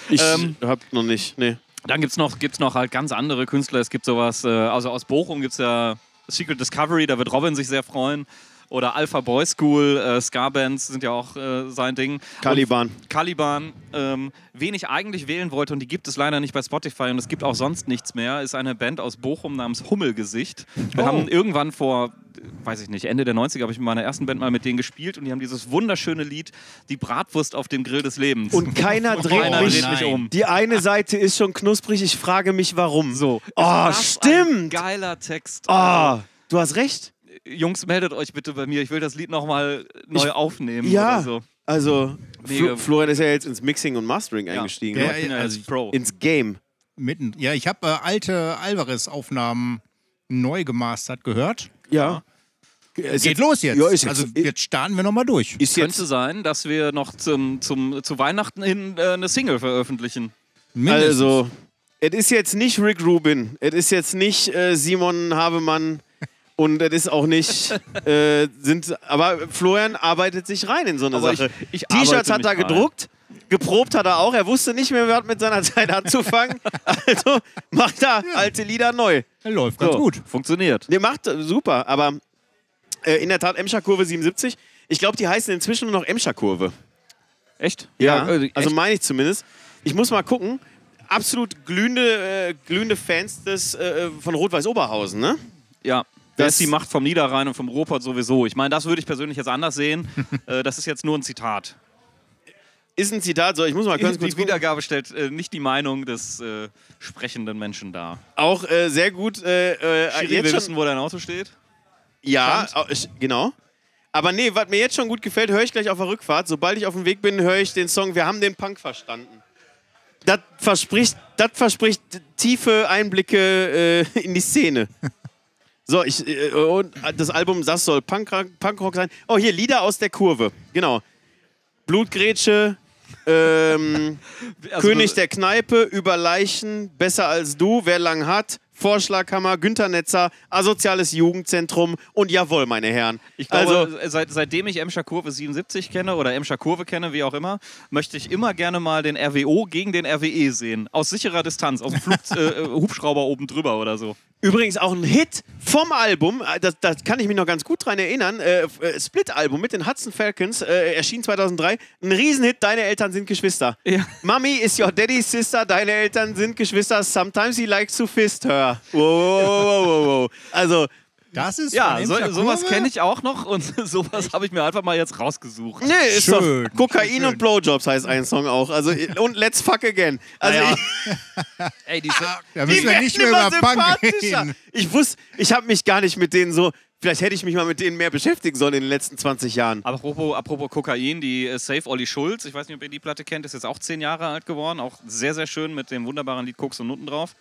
Speaker 1: ich
Speaker 2: ähm,
Speaker 1: hab noch nicht, nee.
Speaker 2: Dann gibt es noch, gibt's noch halt ganz andere Künstler. Es gibt sowas, äh, also aus Bochum gibt es ja Secret Discovery, da wird Robin sich sehr freuen. Oder Alpha Boy School, äh, Ska-Bands sind ja auch äh, sein Ding.
Speaker 1: Caliban.
Speaker 2: Und Caliban, ähm, wen ich eigentlich wählen wollte und die gibt es leider nicht bei Spotify und es gibt auch sonst nichts mehr, ist eine Band aus Bochum namens Hummelgesicht.
Speaker 1: Oh.
Speaker 2: Wir haben irgendwann vor, äh, weiß ich nicht, Ende der 90er habe ich mit meiner ersten Band mal mit denen gespielt und die haben dieses wunderschöne Lied Die Bratwurst auf dem Grill des Lebens.
Speaker 1: Und Oh keiner dreht
Speaker 2: keiner
Speaker 1: mich.
Speaker 2: dreht mich
Speaker 3: nein.
Speaker 2: um.
Speaker 1: Die eine Seite ist schon knusprig, ich frage mich warum.
Speaker 2: So.
Speaker 1: Oh,
Speaker 2: Was Ein
Speaker 1: stimmt.
Speaker 2: geiler Text. Äh,
Speaker 1: Oh, du hast recht.
Speaker 2: Jungs, meldet euch bitte bei mir. Ich will das Lied nochmal neu aufnehmen.
Speaker 1: Ja,
Speaker 2: Oder so.
Speaker 1: also Fl
Speaker 2: Mega.
Speaker 1: Florian ist ja jetzt ins Mixing und Mastering eingestiegen.
Speaker 2: Ja,
Speaker 1: ne?
Speaker 2: ich bin ja
Speaker 3: also
Speaker 2: als Pro.
Speaker 1: Ins Game.
Speaker 3: mitten. Ja, ich habe äh, alte Alvarez-Aufnahmen neu gemastert gehört.
Speaker 1: Ja.
Speaker 3: Es geht los jetzt.
Speaker 1: Ja, ist jetzt.
Speaker 3: Also jetzt starten wir nochmal durch.
Speaker 1: Ist jetzt
Speaker 2: Könnte sein, dass wir noch zum, zum, zu Weihnachten hin äh, eine Single veröffentlichen.
Speaker 3: Mindestens.
Speaker 1: Also, es ist jetzt nicht Rick Rubin, es ist jetzt nicht äh, Simon Habemann und es ist auch
Speaker 2: <laughs>
Speaker 1: nicht, äh, sind, aber Florian arbeitet sich rein in so eine
Speaker 2: Aber
Speaker 1: Sache.
Speaker 2: ich- ich
Speaker 1: T-Shirts
Speaker 2: arbeite
Speaker 1: hat er
Speaker 2: mich rein.
Speaker 1: gedruckt, geprobt hat er auch, er wusste nicht mehr, was mit seiner <laughs> Zeit
Speaker 2: <laughs>
Speaker 1: anzufangen, also macht er alte Lieder neu.
Speaker 3: Läuft ganz
Speaker 1: So.
Speaker 3: gut.
Speaker 2: Funktioniert.
Speaker 1: Der macht äh, super, aber äh, in der Tat Emscher-Kurve 77, ich glaube, die heißen inzwischen nur noch Emscher-Kurve.
Speaker 2: Echt?
Speaker 1: Ja,
Speaker 2: äh, echt?
Speaker 1: also meine ich zumindest. Ich muss mal gucken. Absolut glühende, äh, glühende Fans des, äh, von Rot-Weiß Oberhausen, ne?
Speaker 2: Ja.
Speaker 1: Das-
Speaker 2: Das ist die Macht vom Niederrhein und vom Ruhrpott sowieso. Ich meine, das würde ich persönlich jetzt
Speaker 1: <laughs>
Speaker 2: anders sehen. äh, das ist jetzt nur ein Zitat.
Speaker 1: Ist ein Zitat, so ich muss mal ganz kurz
Speaker 2: Die
Speaker 1: gucken.
Speaker 2: Wiedergabe stellt äh, nicht die Meinung des äh, sprechenden Menschen dar.
Speaker 1: Auch äh, sehr gut. Äh, äh,
Speaker 2: Schiri,
Speaker 1: jetzt
Speaker 2: wir
Speaker 1: schon,
Speaker 2: wissen, wo dein Auto steht.
Speaker 1: ja, au- ich, genau. Aber nee, was mir jetzt schon gut gefällt, höre ich gleich auf der Rückfahrt. Sobald ich auf dem Weg bin, höre ich den Song Wir haben den Punk verstanden. Das verspricht, das verspricht tiefe Einblicke äh, in die
Speaker 2: <laughs>
Speaker 1: Szene. So, ich, äh, und das Album Das soll Punkrock, Punkrock sein. Oh, hier, Lieder aus der Kurve. Genau. Blutgrätsche, ähm,
Speaker 2: <laughs> Also,
Speaker 1: König der Kneipe, über Leichen, besser als du, wer lang hat, Vorschlaghammer, Günter Netzer, asoziales Jugendzentrum und jawohl, meine Herren.
Speaker 2: Ich glaube, äh,
Speaker 1: also,
Speaker 2: seit, seitdem ich Emscher Kurve 77 kenne oder Emscher Kurve kenne, wie auch immer, möchte ich immer gerne mal den RWO gegen den RWE sehen. Aus sicherer Distanz, aus dem Flug, äh, Hubschrauber oben drüber oder so.
Speaker 1: übrigens auch ein Hit vom Album, äh, das, das kann ich mich noch ganz gut dran erinnern, äh, f- äh, Split-Album mit den Hudson Falcons, äh, erschien 2003, ein Riesenhit, Deine Eltern sind Geschwister.
Speaker 2: Ja.
Speaker 1: Mummy is your daddy's sister, deine Eltern sind Geschwister, sometimes he likes to fist her. Wow, wow, wow, wow, wow. Also,
Speaker 3: Das ist
Speaker 2: Ja,
Speaker 3: von
Speaker 2: so,
Speaker 3: Emscher
Speaker 2: sowas
Speaker 3: Kurve.
Speaker 2: kenne ich auch noch und <laughs> sowas habe ich mir einfach mal jetzt rausgesucht.
Speaker 1: Nee, ist
Speaker 3: Schön,
Speaker 1: doch Kokain
Speaker 3: schön, schön.
Speaker 1: und Blowjobs heißt ein Song auch. Also und Let's Fuck Again. Also
Speaker 2: Naja,
Speaker 1: ich,
Speaker 2: Ey, diese,
Speaker 3: Da
Speaker 1: die
Speaker 3: Ah müssen wir
Speaker 1: werden
Speaker 3: nicht mehr
Speaker 1: immer
Speaker 3: über Punk
Speaker 1: sympathischer.
Speaker 3: reden.
Speaker 1: Ich wusste, ich habe mich gar nicht mit denen so. Vielleicht hätte ich mich mal mit denen mehr beschäftigen sollen in den letzten 20 Jahren.
Speaker 2: apropos, apropos Kokain, die äh, Safe Olli Schulz, ich weiß nicht, ob ihr die Platte kennt, ist jetzt auch zehn Jahre alt geworden, auch sehr, sehr schön mit dem wunderbaren Lied Koks und Nutten drauf.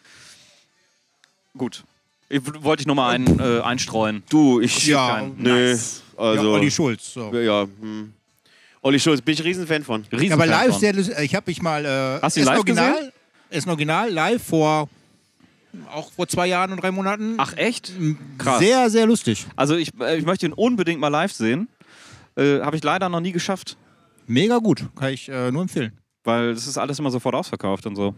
Speaker 2: Gut. Ich w- Wollte ich nochmal ein, äh, einstreuen.
Speaker 1: Du, ich
Speaker 3: Ja,
Speaker 1: nee,
Speaker 3: Ja,
Speaker 1: also
Speaker 3: Olli Schulz. So.
Speaker 1: ja, hm. Olli Schulz, bin ich Riesenfan von.
Speaker 3: Ja, aber live
Speaker 2: von.
Speaker 3: sehr lustig. Ich habe mich mal. Äh,
Speaker 2: Hast du ihn
Speaker 3: erst
Speaker 2: live
Speaker 3: original,
Speaker 2: gesehen?
Speaker 3: Erst original live vor. Auch vor zwei Jahren und drei Monaten.
Speaker 2: Ach echt? Krass.
Speaker 3: Sehr, sehr lustig.
Speaker 2: Also ich, äh, ich möchte ihn unbedingt mal live sehen. Äh, Habe ich leider noch nie geschafft,
Speaker 3: Mega gut. Kann ich äh, nur empfehlen.
Speaker 2: weil das ist alles immer sofort ausverkauft und so.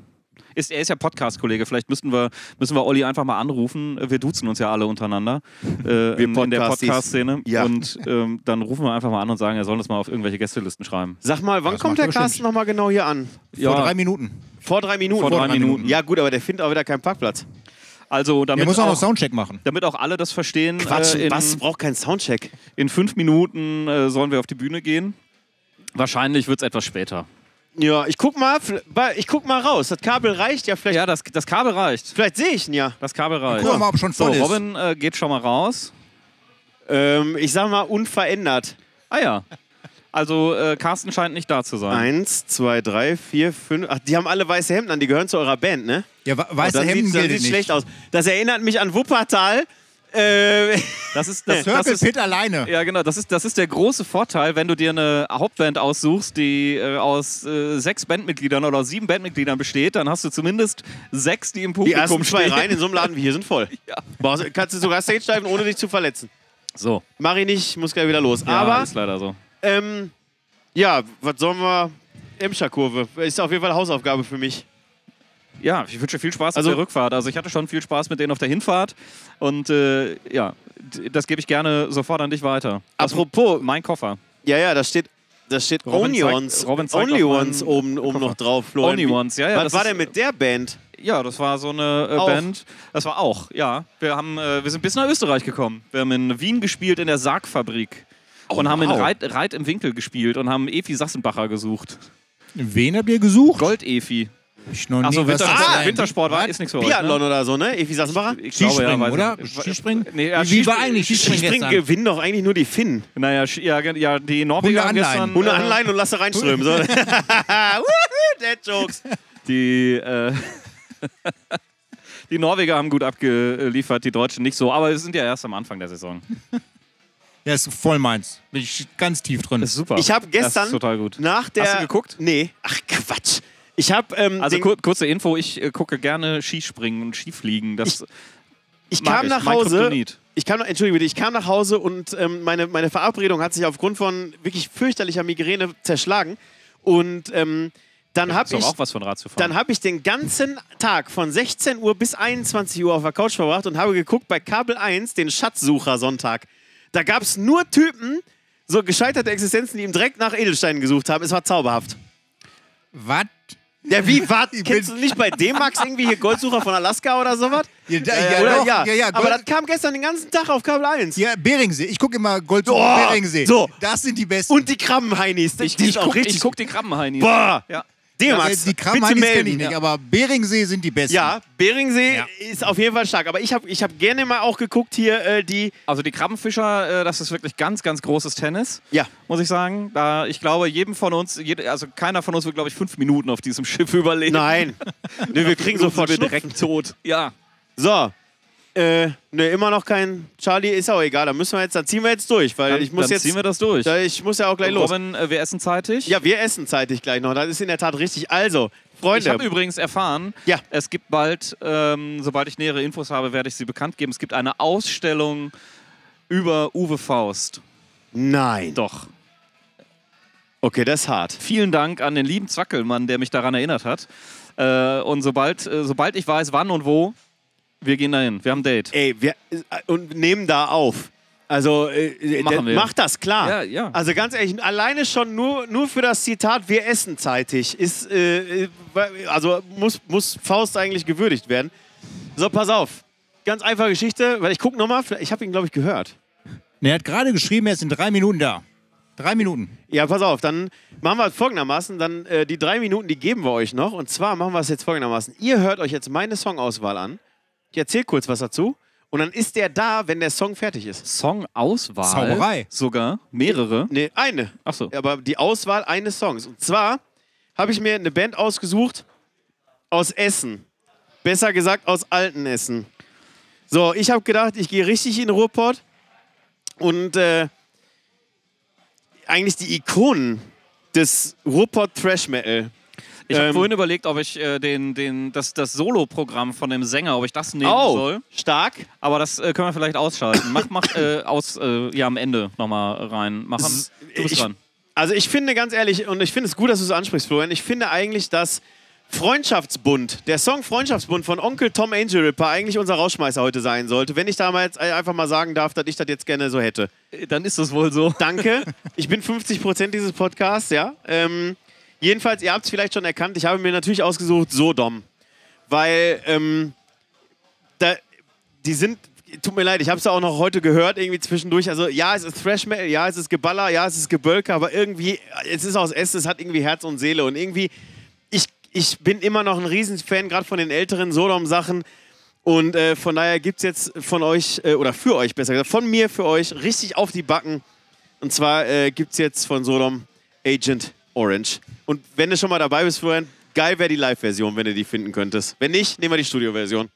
Speaker 2: Ist, er ist ja Podcast-Kollege, vielleicht müssten wir, müssen wir Olli einfach mal anrufen. Äh, Wir duzen uns ja alle untereinander äh, in, in der
Speaker 1: Podcasties.
Speaker 2: Podcast-Szene.
Speaker 1: Ja.
Speaker 2: Und ähm, dann rufen wir einfach mal an und sagen, er soll das mal auf irgendwelche Gästelisten schreiben.
Speaker 1: Sag mal, wann
Speaker 3: Das
Speaker 1: kommt
Speaker 3: macht
Speaker 1: der
Speaker 3: er bestimmt.
Speaker 1: Carsten nochmal genau hier an?
Speaker 3: Vor
Speaker 2: Ja.
Speaker 3: drei Minuten.
Speaker 1: Vor drei Minuten. Äh,
Speaker 2: Vor drei Minuten.
Speaker 1: Ja gut, aber der findet auch wieder keinen Parkplatz.
Speaker 2: Also
Speaker 3: Der
Speaker 2: damit
Speaker 3: muss auch noch
Speaker 2: auch,
Speaker 3: Soundcheck machen.
Speaker 2: damit auch alle das verstehen,
Speaker 1: Quatsch,
Speaker 2: äh, in,
Speaker 1: Bass braucht keinen Soundcheck.
Speaker 2: in fünf Minuten äh, sollen wir auf die Bühne gehen. Wahrscheinlich wird es etwas später.
Speaker 1: Ja, ich guck mal, ich guck mal raus. Das Kabel reicht ja vielleicht.
Speaker 2: Ja, das, das Kabel reicht.
Speaker 1: Vielleicht sehe ich ihn ja.
Speaker 2: Das Kabel reicht.
Speaker 3: Guck mal, ob schon
Speaker 2: So,
Speaker 3: voll ist.
Speaker 2: Robin äh, geht schon mal raus.
Speaker 1: Ähm, ich sag mal unverändert.
Speaker 2: Ah ja. Also äh, Carsten scheint nicht da zu sein.
Speaker 1: Eins, zwei, drei, vier, fünf. Ach, die haben alle weiße Hemden an. Die gehören zu eurer Band, ne?
Speaker 3: Ja, wa- weiße
Speaker 1: dann
Speaker 3: Hemden
Speaker 1: sieht's- dann
Speaker 3: gilt
Speaker 1: sieht's
Speaker 3: nicht.
Speaker 1: schlecht aus. Das erinnert mich an Wuppertal. Äh,
Speaker 2: Das
Speaker 1: <laughs>
Speaker 2: ist das, das
Speaker 3: Circle
Speaker 2: ist
Speaker 3: Pit alleine.
Speaker 2: ja genau, das ist das ist der große Vorteil, wenn du dir eine Hauptband aussuchst, die äh, aus äh, sechs Bandmitgliedern oder aus sieben Bandmitgliedern besteht, dann hast du zumindest sechs, die im
Speaker 1: die
Speaker 2: Publikum
Speaker 1: ersten zwei
Speaker 2: stehen.
Speaker 1: Reihen in so einem Laden wie hier sind voll.
Speaker 2: <laughs> Ja.
Speaker 1: Brauchst- Kannst du sogar stage diven, ohne dich zu verletzen.
Speaker 2: So,
Speaker 1: Mach ich nicht, muss gleich wieder los.
Speaker 2: ja,
Speaker 1: Aber,
Speaker 2: ist leider so.
Speaker 1: ähm, ja, was sollen wir? Emscher-Kurve. Ist auf jeden Fall Hausaufgabe für mich.
Speaker 2: Ja, ich wünsche viel Spaß
Speaker 1: Also-
Speaker 2: auf der Rückfahrt. Also ich hatte schon viel Spaß mit denen auf der Hinfahrt und äh, ja, d- das gebe ich gerne sofort an dich weiter.
Speaker 1: Apropos,
Speaker 2: Mein Koffer.
Speaker 1: Ja, ja, da steht, da steht
Speaker 2: Robin
Speaker 1: Only
Speaker 2: zeigt-
Speaker 1: Ones,
Speaker 2: Robin zeigt
Speaker 1: Only
Speaker 2: auf meinen
Speaker 1: Ones oben, oben noch drauf. Florian.
Speaker 2: Only
Speaker 1: Wie-
Speaker 2: Ones, ja, ja,
Speaker 1: Was
Speaker 2: das
Speaker 1: war
Speaker 2: ist- äh,
Speaker 1: denn mit der Band?
Speaker 2: Ja, das war so eine äh,
Speaker 1: Auch.
Speaker 2: Band. Das war auch, ja. Wir, haben, äh, wir sind bis nach Österreich gekommen. Wir haben in Wien gespielt in der Sargfabrik. und haben
Speaker 1: Oh, wow.
Speaker 2: in Reit, Reit im Winkel gespielt und haben Efi Sassenbacher gesucht.
Speaker 3: Wen habt ihr gesucht?
Speaker 2: Gold-Efi.
Speaker 3: Ich noch nie
Speaker 2: Also
Speaker 3: was
Speaker 2: Wintersport,
Speaker 3: von einem.
Speaker 2: Wintersport war, ist nichts für euch.
Speaker 1: Biathlon
Speaker 2: Ne?
Speaker 1: oder so, ne? Evi Sassenbacher?
Speaker 2: Ich
Speaker 3: Skispringen,
Speaker 2: weiß ich
Speaker 3: oder?
Speaker 2: nicht.
Speaker 3: Skispringen?
Speaker 2: Nee, ja,
Speaker 3: Wie- wie war
Speaker 2: Skispringen-
Speaker 3: eigentlich Skispringen
Speaker 1: Skispringen
Speaker 3: gestern?
Speaker 1: gewinnen doch eigentlich nur die Finnen.
Speaker 2: Naja, Ski- ja, gen- ja, die Norweger haben
Speaker 3: Hunde anleihen.
Speaker 2: gestern.
Speaker 1: Hunde
Speaker 2: äh,
Speaker 1: anleihen und Lasse
Speaker 2: <laughs>
Speaker 1: reinströmen. So. <laughs> Dead Jokes.
Speaker 2: Die, äh, <laughs> Die Norweger haben gut abgeliefert, die Deutschen nicht so. Aber wir sind ja erst am Anfang der Saison.
Speaker 3: Ja, ist voll meins. Bin ich ganz tief drin.
Speaker 2: Das ist super.
Speaker 1: Ich habe
Speaker 2: Das
Speaker 1: gestern
Speaker 2: ist total gut.
Speaker 1: nach der.
Speaker 2: Hast du geguckt?
Speaker 1: Nee. Ach Quatsch. Ich habe. Ähm,
Speaker 2: Also
Speaker 1: den-
Speaker 2: kur kurze Info, ich äh, gucke gerne Skispringen und Skifliegen. Das
Speaker 1: ich
Speaker 2: mag
Speaker 1: kam
Speaker 2: ich.
Speaker 1: nach
Speaker 2: Mein
Speaker 1: Hause.
Speaker 2: Kryptonit.
Speaker 1: Ich kam, entschuldige bitte, ich kam nach Hause und ähm, meine, meine Verabredung hat sich aufgrund von wirklich fürchterlicher Migräne zerschlagen. Und ähm, dann
Speaker 2: ist
Speaker 1: habe ich
Speaker 2: doch auch was von Rad zu fahren.
Speaker 1: Dann habe ich den ganzen Tag von 16 Uhr bis 21 Uhr auf der Couch verbracht und habe geguckt bei Kabel 1 den Schatzsucher Sonntag. Da gab es nur Typen, so gescheiterte Existenzen, die ihm direkt nach Edelsteinen gesucht haben. Es war zauberhaft.
Speaker 3: Was?
Speaker 1: Ja, wie war Kennst du
Speaker 3: bin-
Speaker 1: nicht bei D-Max irgendwie hier Goldsucher von Alaska oder sowas?
Speaker 3: Ja, da-
Speaker 1: Äh,
Speaker 3: ja,
Speaker 1: oder,
Speaker 3: doch,
Speaker 1: ja.
Speaker 3: ja, ja,
Speaker 1: aber
Speaker 3: Gold-
Speaker 1: das kam gestern den ganzen Tag auf Kabel 1.
Speaker 3: Ja, Beringsee. Ich gucke immer Gold
Speaker 1: Oh,
Speaker 3: Beringsee.
Speaker 1: so.
Speaker 3: Das sind die besten.
Speaker 1: Und die Krabbenheinis, die, die
Speaker 2: ich
Speaker 1: ist auch
Speaker 2: guck,
Speaker 1: richtig
Speaker 2: ich guck die Krabbenhaini.
Speaker 1: Boah!
Speaker 2: Ja.
Speaker 1: D-Max,
Speaker 3: äh, die
Speaker 1: bitte
Speaker 3: Kramheinis kenne ich
Speaker 1: melden.
Speaker 3: nicht, aber Beringsee sind die besten.
Speaker 1: Ja, Beringsee
Speaker 3: Ja.
Speaker 1: ist auf jeden Fall stark. Aber ich habe ich hab gerne mal auch geguckt hier äh, die...
Speaker 2: Also die Krabbenfischer, äh, das ist wirklich ganz, ganz großes Tennis.
Speaker 1: Ja.
Speaker 2: Muss ich sagen. Da, ich glaube, jedem von uns, jede, also keiner von uns wird, glaube ich, fünf Minuten auf diesem <laughs> Schiff überleben.
Speaker 1: Nein. nee, wir kriegen sofort
Speaker 2: wir
Speaker 1: direkt.
Speaker 2: direkt tot. Ja.
Speaker 1: So. Äh, ne, immer noch kein Charlie, ist auch egal. Da müssen wir jetzt, dann ziehen wir jetzt durch, weil ich muss
Speaker 2: dann
Speaker 1: jetzt.
Speaker 2: ziehen wir das durch.
Speaker 1: da, ich muss ja auch gleich los.
Speaker 2: Robin, äh, wir essen zeitig.
Speaker 1: Ja, wir essen zeitig gleich noch. Das ist in der Tat richtig. Also,
Speaker 2: Ich habe
Speaker 1: Freunde.
Speaker 2: übrigens erfahren,
Speaker 1: Ja.
Speaker 2: es gibt bald, ähm, sobald ich nähere Infos habe, werde ich sie bekannt geben. Es gibt eine Ausstellung über Uwe Faust.
Speaker 1: Nein.
Speaker 2: Doch.
Speaker 1: Okay, das ist hart.
Speaker 2: Vielen Dank an den lieben Zwackelmann, der mich daran erinnert hat. Äh, und sobald, äh, sobald ich weiß, wann und wo, wir gehen dahin. Wir haben ein Date.
Speaker 1: Ey, wir äh, und nehmen da auf. Also, äh,
Speaker 2: Machen
Speaker 1: der-
Speaker 2: wir.
Speaker 1: macht das klar.
Speaker 2: Ja, ja.
Speaker 1: Also ganz ehrlich, alleine schon nur, nur für das Zitat, wir essen zeitig, ist, äh, äh, also muss, muss Faust eigentlich gewürdigt werden. So, pass auf. Ganz einfache Geschichte, weil ich gucke nochmal, ich habe ihn, glaube ich, gehört.
Speaker 3: Ne, er hat gerade geschrieben, er ist in drei Minuten da. Drei Minuten.
Speaker 1: Ja, pass auf, dann machen wir es folgendermaßen. Dann äh, die drei Minuten, die geben wir euch noch. Und zwar machen wir es jetzt folgendermaßen. Ihr hört euch jetzt meine Songauswahl an. Ich erzähle kurz was dazu. Und dann ist der da, wenn der Song fertig ist.
Speaker 2: Songauswahl.
Speaker 3: Zauberei.
Speaker 2: Sogar. Mehrere.
Speaker 1: Nee, eine.
Speaker 2: Achso.
Speaker 1: Ja, aber die Auswahl eines Songs. Und zwar habe ich mir eine Band ausgesucht aus Essen. Besser gesagt aus Altenessen. So, ich habe gedacht, ich gehe richtig in den Ruhrpott und äh, eigentlich die Ikonen des Ruhrpott Thrash Metal.
Speaker 2: Ich habe
Speaker 1: Ähm.
Speaker 2: vorhin überlegt, ob ich äh, den, den, das, das Solo-Programm von dem Sänger, ob ich das nehmen
Speaker 1: Oh.
Speaker 2: soll.
Speaker 1: stark.
Speaker 2: Aber das äh, können wir vielleicht ausschalten. Mach, mach äh, aus, äh, ja, am Ende nochmal rein. Mach, am- du bist
Speaker 1: ich-
Speaker 2: dran.
Speaker 1: Also ich finde ganz ehrlich, und ich finde es gut, dass du es ansprichst, Florian, ich finde eigentlich, dass Freundschaftsbund, der Song Freundschaftsbund von Onkel Tom Angel Ripper eigentlich unser Rausschmeißer heute sein sollte, wenn ich damals einfach mal sagen darf, dass ich das jetzt gerne so hätte.
Speaker 2: Äh, Dann ist es wohl so.
Speaker 1: Danke. Ich bin 50% dieses Podcasts, ja. Ähm, jedenfalls, ihr habt es vielleicht schon erkannt, ich habe mir natürlich ausgesucht Sodom. Weil, ähm, da, die sind, tut mir leid, ich habe es auch noch heute gehört, irgendwie zwischendurch. Also, ja, es ist Thrash Metal, ja, es ist Geballer, ja, es ist Gebölke, aber irgendwie, es ist aus Essen, es hat irgendwie Herz und Seele. Und irgendwie, ich, ich bin immer noch ein Riesenfan, gerade von den älteren Sodom-Sachen. Und äh, von daher gibt es jetzt von euch, äh, oder für euch besser gesagt, von mir für euch richtig auf die Backen und zwar äh, gibt es jetzt von Sodom Agent Orange. Und wenn du schon mal dabei bist, Florian, geil wäre die Live-Version, wenn du die finden könntest. Wenn nicht, nehmen wir die Studio-Version.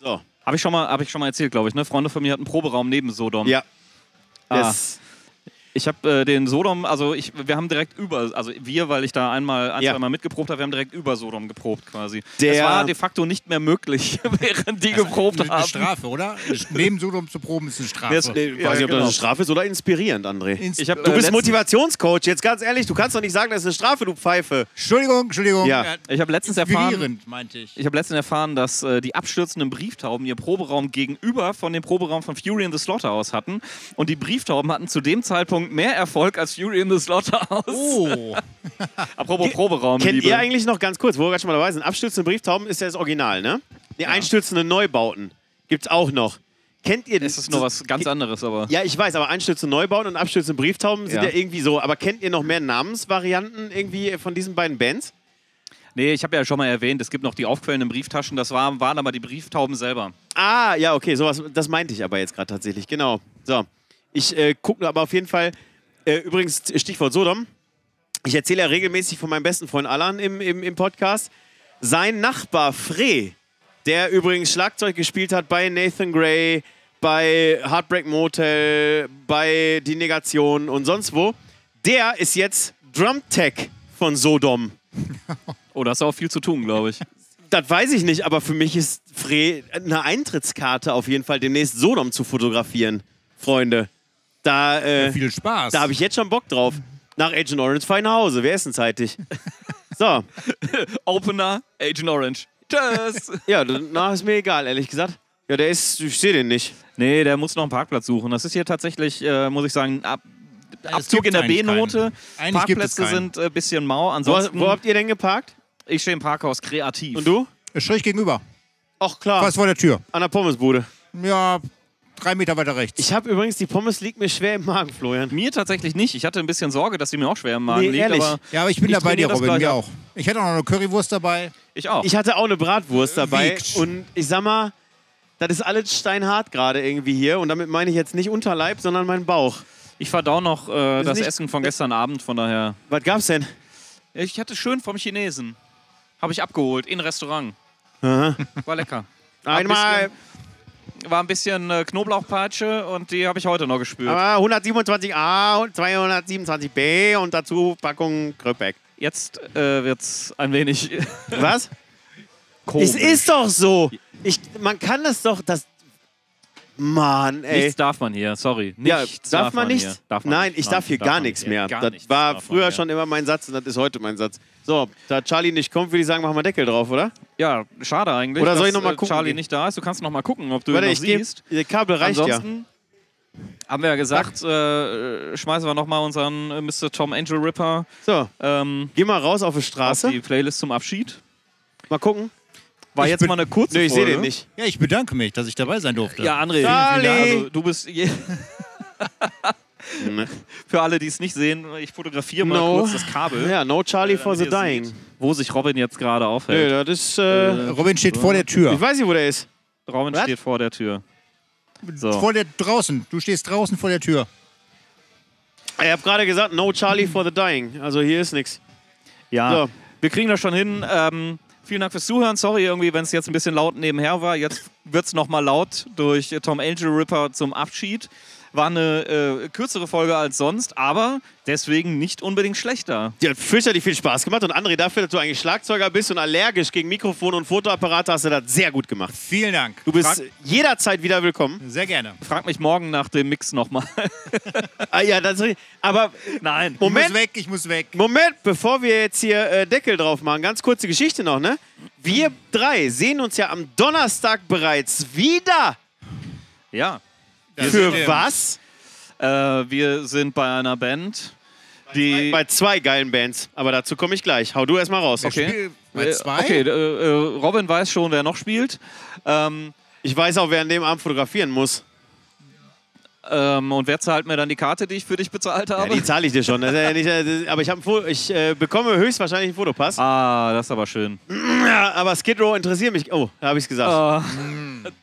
Speaker 1: So,
Speaker 2: Habe ich, schon mal- hab ich schon mal erzählt, glaube ich. Ne? Freunde von mir hatten einen Proberaum neben Sodom.
Speaker 1: ja.
Speaker 2: Ah.
Speaker 1: Das,
Speaker 2: Ich habe äh, den Sodom, also ich, wir haben direkt über, also wir, weil ich da einmal, ein,
Speaker 1: Ja.
Speaker 2: zweimal mitgeprobt habe, wir haben direkt über Sodom geprobt quasi.
Speaker 1: Der-
Speaker 2: das war de facto nicht mehr möglich, <laughs> während Also die geprobt
Speaker 3: Eine, eine
Speaker 2: haben.
Speaker 3: Strafe, oder? <laughs> Neben Sodom zu proben ist eine
Speaker 2: Wer
Speaker 3: Strafe.
Speaker 2: ist-
Speaker 1: nee, weiß nicht,
Speaker 2: Ja,
Speaker 1: ob das
Speaker 2: genau.
Speaker 1: eine Strafe ist oder inspirierend, André.
Speaker 3: äh, Ins-
Speaker 2: Ich hab,
Speaker 1: Du
Speaker 2: äh,
Speaker 1: bist
Speaker 2: letztens-
Speaker 1: Motivationscoach, jetzt ganz ehrlich, du kannst doch nicht sagen, das ist eine Strafe, du Pfeife.
Speaker 3: Entschuldigung, Entschuldigung.
Speaker 1: Ja.
Speaker 2: Ich habe letztens erfahren,
Speaker 3: Inspirierend, meinte ich.
Speaker 2: ich habe letztens erfahren, dass äh, die abstürzenden Brieftauben ihr Proberaum gegenüber von dem Proberaum von Fury in the Slaughterhouse hatten und die Brieftauben hatten zu dem Zeitpunkt mehr Erfolg als Fury in the Slaughterhouse.
Speaker 3: <laughs> Oh,
Speaker 2: Apropos Proberaum,
Speaker 1: Kennt
Speaker 2: Liebe.
Speaker 1: ihr eigentlich noch ganz kurz, wo wir gerade schon mal dabei sind? Abstürzende Brieftauben ist ja das Original, ne? Die einstürzende Neubauten gibt's auch noch. Kennt ihr
Speaker 2: es ist nur was ganz anderes, aber
Speaker 1: Ja, ich weiß, aber Einstürze Neubauten und Abstürze Brieftauben sind ja.
Speaker 2: Ja.
Speaker 1: irgendwie so. Aber kennt ihr noch mehr Namensvarianten irgendwie von diesen beiden Bands?
Speaker 2: nee, ich habe ja schon mal erwähnt, es gibt noch die aufquellenden Brieftaschen, das war, waren aber die Brieftauben selber.
Speaker 1: Ah, ja, okay, sowas, das meinte ich aber jetzt gerade tatsächlich, genau. So, ich äh, gucke aber auf jeden Fall, äh, übrigens, Stichwort Sodom, ich erzähle ja regelmäßig von meinem besten Freund Alan im, im, im Podcast Sein Nachbar Fre, der übrigens Schlagzeug gespielt hat bei Nathan Gray, bei Heartbreak Motel, bei Die Negation und sonst wo, der ist jetzt Drumtech von Sodom.
Speaker 2: Oh, da hast du auch viel zu tun, glaube ich.
Speaker 1: Das weiß ich nicht, aber für mich ist Fre eine Eintrittskarte auf jeden Fall, demnächst Sodom zu fotografieren, Freunde. Da, äh,
Speaker 3: Viel Spaß.
Speaker 1: da habe ich jetzt schon Bock drauf. Nach Agent Orange fahr ich nach Hause. Wir essen <laughs> zeitig. So,
Speaker 2: <laughs> Opener, Agent Orange. Tschüss!
Speaker 1: ja, danach ist mir egal, ehrlich gesagt. Ja, der ist, ich sehe den nicht.
Speaker 2: <laughs> nee, der muss noch einen Parkplatz suchen. Das ist hier tatsächlich, äh, muss ich sagen, ab, Abzug
Speaker 3: gibt
Speaker 2: in der
Speaker 3: eigentlich
Speaker 2: B-Note.
Speaker 3: keinen. Eigentlich gibt es
Speaker 2: Parkplätze
Speaker 3: keinen.
Speaker 2: sind ein äh, bisschen mau.
Speaker 1: Wo,
Speaker 2: Ansonsten,
Speaker 1: wo habt ihr denn geparkt?
Speaker 2: ich stehe im Parkhaus kreativ.
Speaker 1: Und du?
Speaker 3: Schräg gegenüber.
Speaker 1: Ach klar,
Speaker 3: Was vor der Tür?
Speaker 1: an der Pommesbude.
Speaker 3: Ja, drei Meter weiter rechts.
Speaker 1: Ich habe übrigens, die Pommes liegt mir schwer im Magen, Florian.
Speaker 2: Mir tatsächlich nicht. Ich hatte ein bisschen Sorge, dass sie mir auch schwer im Magen
Speaker 1: Nee,
Speaker 2: liegt,
Speaker 1: ehrlich.
Speaker 2: aber
Speaker 3: ja, aber ich bin da bei
Speaker 2: trainier
Speaker 3: dir,
Speaker 2: das
Speaker 3: Robin.
Speaker 2: gleich
Speaker 3: Mir
Speaker 2: ab.
Speaker 3: auch. Ich hätte auch noch eine Currywurst dabei.
Speaker 2: ich auch.
Speaker 1: Ich hatte auch eine Bratwurst dabei
Speaker 3: Wiegt.
Speaker 1: und ich sag mal, das ist alles steinhart gerade irgendwie hier und damit meine ich jetzt nicht Unterleib, sondern meinen Bauch.
Speaker 2: Ich verdau noch äh, das
Speaker 1: nicht-
Speaker 2: Essen von gestern Abend, von daher.
Speaker 1: Was gab's denn?
Speaker 2: Ich hatte schön vom Chinesen. Habe ich abgeholt, in Restaurant. War lecker.
Speaker 1: Einmal
Speaker 2: War ein bisschen äh, Knoblauchpeitsche und die habe ich heute noch gespürt.
Speaker 1: aber 127a und 227b und dazu Packung Kröpbeck.
Speaker 2: Jetzt äh, wird's ein wenig <laughs>
Speaker 1: Was?
Speaker 2: komisch.
Speaker 1: Es ist doch so. Ich, man kann das doch, das. Mann, ey.
Speaker 2: Nichts darf man hier, sorry.
Speaker 1: ja,
Speaker 2: Nichts
Speaker 1: darf man
Speaker 2: Hier.
Speaker 1: nicht?
Speaker 2: Darf man
Speaker 1: Nein,
Speaker 2: nicht.
Speaker 1: ich darf hier gar
Speaker 2: man
Speaker 1: nichts
Speaker 2: hier.
Speaker 1: mehr.
Speaker 2: Gar
Speaker 1: das
Speaker 2: nichts
Speaker 1: war
Speaker 2: darf man
Speaker 1: früher
Speaker 2: hier.
Speaker 1: schon immer mein Satz und das ist heute mein Satz. So, da Charlie nicht kommt, würde ich sagen, machen wir Deckel drauf, oder?
Speaker 2: Ja, schade eigentlich.
Speaker 1: Oder soll
Speaker 2: dass,
Speaker 1: ich noch mal
Speaker 2: äh,
Speaker 1: gucken
Speaker 2: Charlie
Speaker 1: gehen?
Speaker 2: nicht da ist. Du kannst noch mal gucken, ob du
Speaker 1: Warte,
Speaker 2: ihn
Speaker 1: ich
Speaker 2: noch
Speaker 1: gebe.
Speaker 2: siehst.
Speaker 1: Ihr Kabel reicht ja.
Speaker 2: Ansonsten haben wir ja gesagt, äh, äh, schmeißen wir noch mal unseren äh, Mr. Tom Angel Ripper
Speaker 1: So,
Speaker 2: ähm,
Speaker 1: geh mal raus auf die
Speaker 2: auf
Speaker 1: Straße.
Speaker 2: die Playlist zum Abschied.
Speaker 1: mal gucken. ne?
Speaker 2: War
Speaker 3: Ich
Speaker 2: jetzt
Speaker 3: bin-
Speaker 2: mal eine kurze
Speaker 1: Nö, ich sehe
Speaker 2: Folge.
Speaker 1: den nicht.
Speaker 3: Ja, ich bedanke mich, dass ich dabei sein durfte.
Speaker 2: Ja, André,
Speaker 1: Charlie!
Speaker 2: Also, du bist je- <laughs> für alle, die es nicht sehen, ich fotografiere mal
Speaker 1: No.
Speaker 2: kurz das Kabel,
Speaker 1: Ja, no Charlie
Speaker 2: damit
Speaker 1: for the
Speaker 2: ihr seht,
Speaker 1: dying.
Speaker 2: wo sich Robin jetzt gerade aufhält.
Speaker 1: Nö, das ist. Äh,
Speaker 3: Robin steht vor der Tür.
Speaker 1: ich weiß nicht, wo der ist.
Speaker 2: Robin
Speaker 1: Was?
Speaker 2: steht vor der Tür. So.
Speaker 3: Vor der draußen. Du stehst draußen vor der Tür.
Speaker 1: Ich habe gerade gesagt, no Charlie for the dying. Also hier ist nichts.
Speaker 2: Ja,
Speaker 1: So.
Speaker 2: wir kriegen das schon hin. Ähm, vielen Dank fürs Zuhören. Sorry irgendwie, wenn es jetzt ein bisschen laut nebenher war. Jetzt wird es nochmal laut durch äh, Tom Angel Ripper zum Abschied. War eine äh, kürzere Folge als sonst, aber deswegen nicht unbedingt schlechter.
Speaker 1: Die hat fürchterlich viel Spaß gemacht und André, dafür, dass du eigentlich Schlagzeuger bist und allergisch gegen Mikrofon und Fotoapparate, hast du das sehr gut gemacht.
Speaker 3: Vielen Dank.
Speaker 1: Du bist
Speaker 2: Frank-
Speaker 1: jederzeit wieder willkommen.
Speaker 3: Sehr gerne.
Speaker 2: Frag mich morgen nach dem Mix nochmal.
Speaker 1: Ah, ja, das ist richtig. Aber
Speaker 2: <laughs> Nein.
Speaker 3: Ich
Speaker 1: Moment,
Speaker 3: muss weg, ich muss weg.
Speaker 1: Moment, bevor wir jetzt hier äh, Deckel drauf machen, ganz kurze Geschichte noch, ne? Wir drei sehen uns ja am Donnerstag bereits wieder.
Speaker 2: Ja.
Speaker 3: Das ähm,
Speaker 1: Für
Speaker 3: stimmt.
Speaker 1: was?
Speaker 2: Äh, wir sind bei einer Band, die.
Speaker 1: Bei zwei geilen Bands. Aber dazu komme ich gleich. Hau du erst mal raus.
Speaker 2: okay.
Speaker 3: Bei zwei?
Speaker 2: Okay, äh, äh, Robin weiß schon, wer noch spielt. Ähm,
Speaker 1: Ich weiß auch, wer an dem Abend fotografieren muss.
Speaker 2: ähm, und wer zahlt mir dann die Karte, die ich für dich bezahlt
Speaker 1: Ja,
Speaker 2: habe?
Speaker 1: die zahle ich dir schon. Das ist ja nicht, äh, das- aber ich, hab ein Fo- ich äh, bekomme höchstwahrscheinlich einen Fotopass.
Speaker 2: Ah, das ist aber schön.
Speaker 1: Ja, aber Skid Row interessiert mich. Oh, da habe ich es gesagt.
Speaker 2: Ah.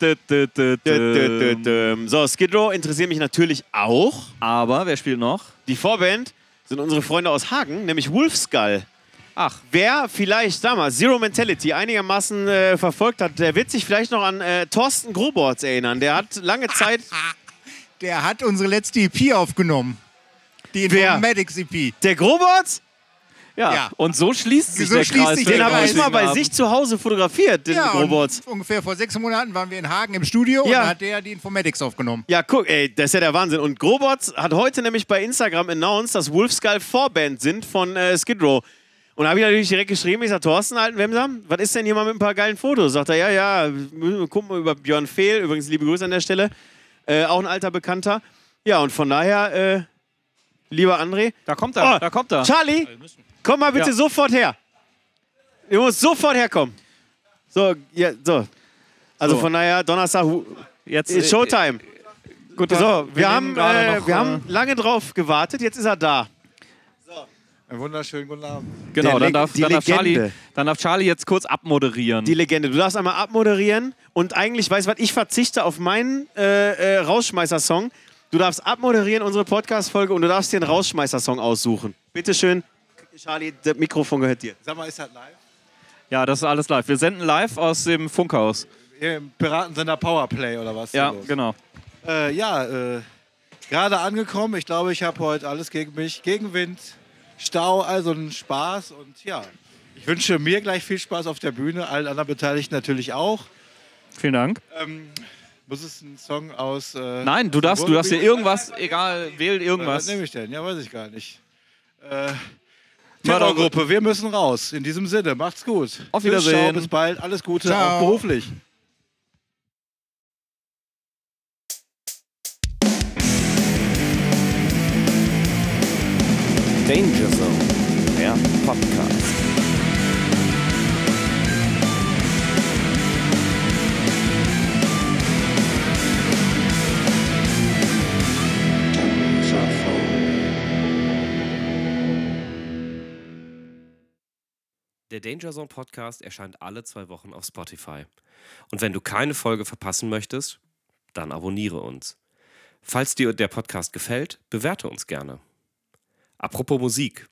Speaker 2: Dö, dö,
Speaker 1: Dö,
Speaker 2: dö,
Speaker 1: dö, dö,
Speaker 2: dö.
Speaker 1: dö. So, Skid Row interessiert mich natürlich auch.
Speaker 2: Aber wer spielt noch?
Speaker 1: Die Vorband sind unsere Freunde aus Hagen, nämlich Wolfskull.
Speaker 2: Ach,
Speaker 1: Wer vielleicht damals Zero Mentality einigermaßen äh, verfolgt hat, der wird sich vielleicht noch an äh, Thorsten Groborts erinnern. Der hat lange Zeit.
Speaker 3: Der hat unsere letzte EP aufgenommen. Die
Speaker 1: Wer?
Speaker 3: Informatics EP.
Speaker 1: Der Groborts?
Speaker 2: ja.
Speaker 3: Ja.
Speaker 2: Und so schließt sich
Speaker 3: So
Speaker 2: der
Speaker 3: schließt
Speaker 2: Kreis.
Speaker 3: sich
Speaker 2: für
Speaker 3: der
Speaker 1: Den
Speaker 2: den
Speaker 1: habe ich
Speaker 3: Kreis.
Speaker 1: mal bei
Speaker 2: heutigen
Speaker 1: sich zu Hause fotografiert, den
Speaker 3: Ja, und
Speaker 1: Groborts.
Speaker 3: ungefähr vor sechs Monaten waren wir in Hagen im
Speaker 1: Ja.
Speaker 3: Studio und da hat der die Informatics aufgenommen.
Speaker 1: Ja, guck, ey, das ist ja der Wahnsinn. Und Grobots hat heute nämlich bei Instagram announced, dass Wolfskull Vorband sind von äh, Skid Row. Und da habe ich natürlich direkt geschrieben, ich sage, Thorsten, alten Wemsam, was ist denn hier mal mit ein paar geilen Fotos? Sagt er, ja, ja, müssen wir gucken über Björn Fehl, übrigens liebe Grüße an der Stelle, äh, auch ein alter Bekannter. Ja, und von daher, äh, lieber André,
Speaker 2: Abend. Da kommt er,
Speaker 1: Oh,
Speaker 2: da kommt er.
Speaker 1: Charlie, komm mal bitte
Speaker 2: Ja.
Speaker 1: sofort her. Du musst sofort herkommen. So, ja, so. Also
Speaker 2: So.
Speaker 1: von daher, Donnerstag, hu-
Speaker 2: Jetzt Äh,
Speaker 1: ist Showtime.
Speaker 2: Gut,
Speaker 1: So, wir, haben,
Speaker 2: nehmen gerade
Speaker 1: äh,
Speaker 2: noch,
Speaker 1: wir
Speaker 2: äh,
Speaker 1: haben lange drauf gewartet, jetzt ist er da.
Speaker 4: Einen wunderschönen guten Abend.
Speaker 2: Genau,
Speaker 1: der
Speaker 2: dann
Speaker 1: Leg-
Speaker 2: darf,
Speaker 1: die
Speaker 2: dann, darf Charlie,
Speaker 1: Legende.
Speaker 2: dann darf Charlie jetzt kurz abmoderieren.
Speaker 1: Die Legende. Du darfst einmal abmoderieren und eigentlich, weißt du was, ich verzichte auf meinen äh, äh, Rausschmeißer-Song. Du darfst abmoderieren unsere Podcast-Folge und du darfst dir einen Rausschmeißer-Song aussuchen. Bitteschön, Charlie, das Mikrofon gehört dir.
Speaker 4: Sag mal, ist das live?
Speaker 2: Ja, das ist alles live. Wir senden live aus dem Funkhaus.
Speaker 4: Im Piratensender Powerplay oder was?
Speaker 2: Ja,
Speaker 4: Los.
Speaker 2: genau.
Speaker 4: Äh, ja, äh, gerade angekommen. Ich glaube, ich habe heute alles gegen mich. Gegenwind, Stau, also ein Spaß. Und ja, ich wünsche mir gleich viel Spaß auf der Bühne, allen anderen Beteiligten natürlich auch.
Speaker 2: Vielen Dank.
Speaker 1: Äh,
Speaker 4: Muss es ein Song aus. Äh,
Speaker 2: Nein, du
Speaker 4: aus
Speaker 2: darfst,
Speaker 4: dem
Speaker 2: du darfst dir
Speaker 4: Ruhrgebiet-
Speaker 2: irgendwas, egal, wähl
Speaker 4: Äh,
Speaker 2: irgendwas.
Speaker 4: Was nehme ich denn? Ja, weiß ich gar nicht. Äh, Terrorgruppe, wir müssen raus. In diesem Sinne, macht's gut.
Speaker 2: Auf
Speaker 4: Tschüss,
Speaker 2: Wiedersehen.
Speaker 4: ciao, Bis bald, alles Gute,
Speaker 3: Ciao.
Speaker 4: auch beruflich.
Speaker 5: Danger Zone, der Podcast.
Speaker 6: Der Danger Zone Podcast erscheint alle zwei Wochen auf Spotify. Und wenn du keine Folge verpassen möchtest, dann abonniere uns. Falls dir der Podcast gefällt, bewerte uns gerne. Apropos Musik.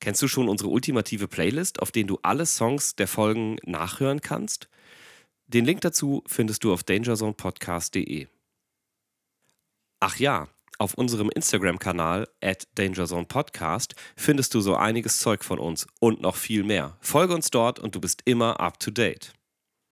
Speaker 6: Kennst du schon unsere ultimative Playlist, auf denen du alle Songs der Folgen nachhören kannst? Den Link dazu findest du auf dangerzonepodcast.de. Ach ja, auf unserem Instagram-Kanal at dangerzonepodcast findest du so einiges Zeug von uns und noch viel mehr. Folge uns dort und du bist immer up to date.